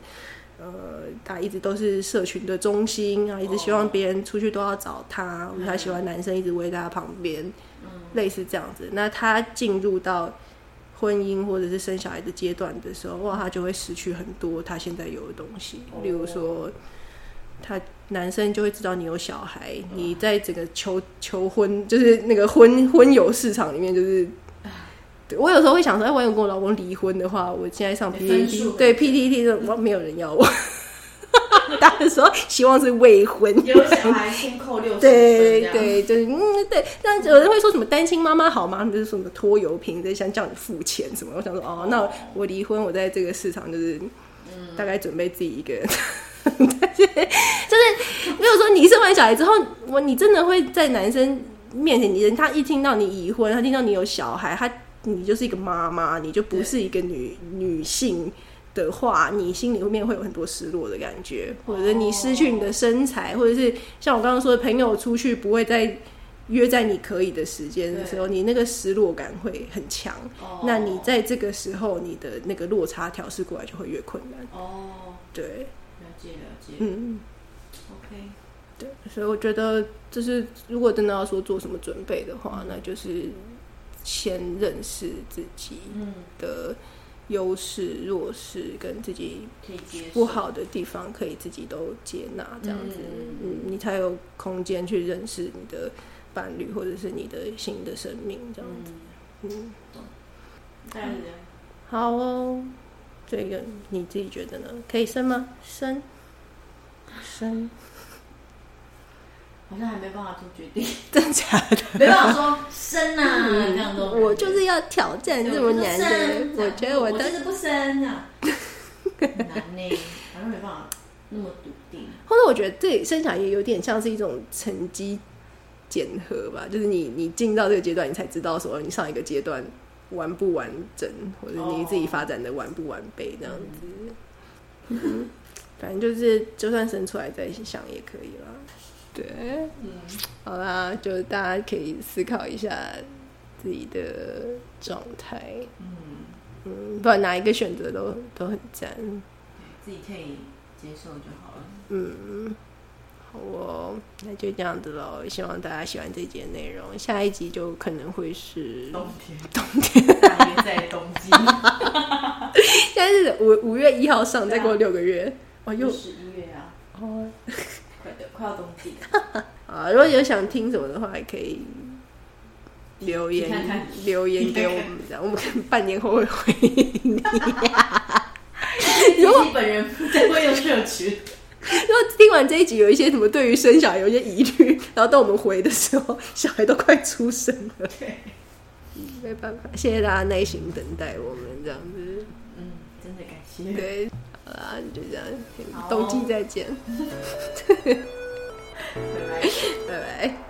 Speaker 1: 呃，他一直都是社群的中心啊，一直希望别人出去都要找他，或者他喜欢男生一直围在他旁边，
Speaker 2: 嗯
Speaker 1: 类似这样子。那他进入到婚姻或者是生小孩的阶段的时候，哇，他就会失去很多他现在有的东西，
Speaker 2: 哦
Speaker 1: 例如说，他男生就会知道你有小孩，你在整个求求婚，就是那个婚婚友市场里面，就是。对我有时候会想说，哎，我有跟我老公离婚的话，我现在上
Speaker 2: 你分数
Speaker 1: PPT，
Speaker 2: 嗯
Speaker 1: 对 PPT 的，我没有人要我。 大家说希望是未婚，
Speaker 2: 有小孩先扣六十分这
Speaker 1: 对
Speaker 2: 样，
Speaker 1: 对，就是嗯对。但有人会说什么单亲妈妈好吗？他们就是说什么拖油瓶，就想叫你付钱什么。我想说哦，那我离婚，我在这个市场就是
Speaker 2: 嗯
Speaker 1: 大概准备自己一个人。 就是没有说你生完小孩之后，我你真的会在男生面前，你人他一听到你已婚，他听到你有小孩，他你就是一个妈妈，你就不是一个女女性的话，你心里面会有很多失落的感觉，或者是你失去
Speaker 2: 哦
Speaker 1: 你的身材，或者是像我刚刚说的朋友出去不会再约在你可以的时间的时候，你那个失落感会很强。
Speaker 2: 哦
Speaker 1: 那你在这个时候，你的那个落差调试过来就会越困难。
Speaker 2: 哦，
Speaker 1: 对，
Speaker 2: 了解了解、
Speaker 1: 嗯。
Speaker 2: o k
Speaker 1: 对，所以我觉得，就是如果真的要说做什么准备的话，那就是先认识自己
Speaker 2: 嗯，
Speaker 1: 的优势、弱势，跟自己
Speaker 2: 可以接受
Speaker 1: 不好的地方，可以自己都接纳，这样子，
Speaker 2: 嗯
Speaker 1: 嗯，你才有空间去认识你的伴侣，或者是你的新的生命，这样子。
Speaker 2: 嗯，
Speaker 1: 嗯，
Speaker 2: 带你的
Speaker 1: 好哦，这个你自己觉得呢？可以生吗？生，生，
Speaker 2: 好像还没办法做决定，
Speaker 1: 真假的？
Speaker 2: 没办法说生啊，这样都
Speaker 1: 嗯我就是要挑战
Speaker 2: 对
Speaker 1: 这
Speaker 2: 我
Speaker 1: 么
Speaker 2: 就
Speaker 1: 难
Speaker 2: 生
Speaker 1: 的，我觉得我
Speaker 2: 我
Speaker 1: 的
Speaker 2: 就是不生啊，很难呢，好像没办法那么笃定，
Speaker 1: 或者我觉得这生小孩也有点像是一种成绩检核吧，就是你你进到这个阶段，你才知道说你上一个阶段完不完整，或者你自己发展的完不完备这样子。嗯反正就是就算生出来再想也可以啦。对，
Speaker 2: 嗯，
Speaker 1: 好啦，就大家可以思考一下自己的状态，
Speaker 2: 嗯，
Speaker 1: 嗯，不管哪一个选择都都很赞。
Speaker 2: 自己可以接受就好了。
Speaker 1: 嗯，好哦，那就这样子喽。希望大家喜欢这节内容，下一集就可能会是
Speaker 2: 冬天，冬天，大约在冬季，
Speaker 1: 现在是五五月一号上，
Speaker 2: 对啊
Speaker 1: 再过六个月。哦，又
Speaker 2: 十一月啊，
Speaker 1: 哦
Speaker 2: 快的，快要冬季了。
Speaker 1: 啊！如果有想听什么的话，也可以留言
Speaker 2: 你看看
Speaker 1: 留言给我们，这样我们可能半年后会回 应你。
Speaker 2: 如果本人不太会用社群，
Speaker 1: 如果听完这一集有一些什么对于生小孩有一些疑虑，然后到我们回的时候，小孩都快出生了，
Speaker 2: 对，
Speaker 1: 没办法，谢谢大家耐心等待我们这样子。
Speaker 2: 嗯，真的感谢。
Speaker 1: 对，好啦，就这样，
Speaker 2: 好哦
Speaker 1: 冬季再见，
Speaker 2: 拜拜。
Speaker 1: 拜拜。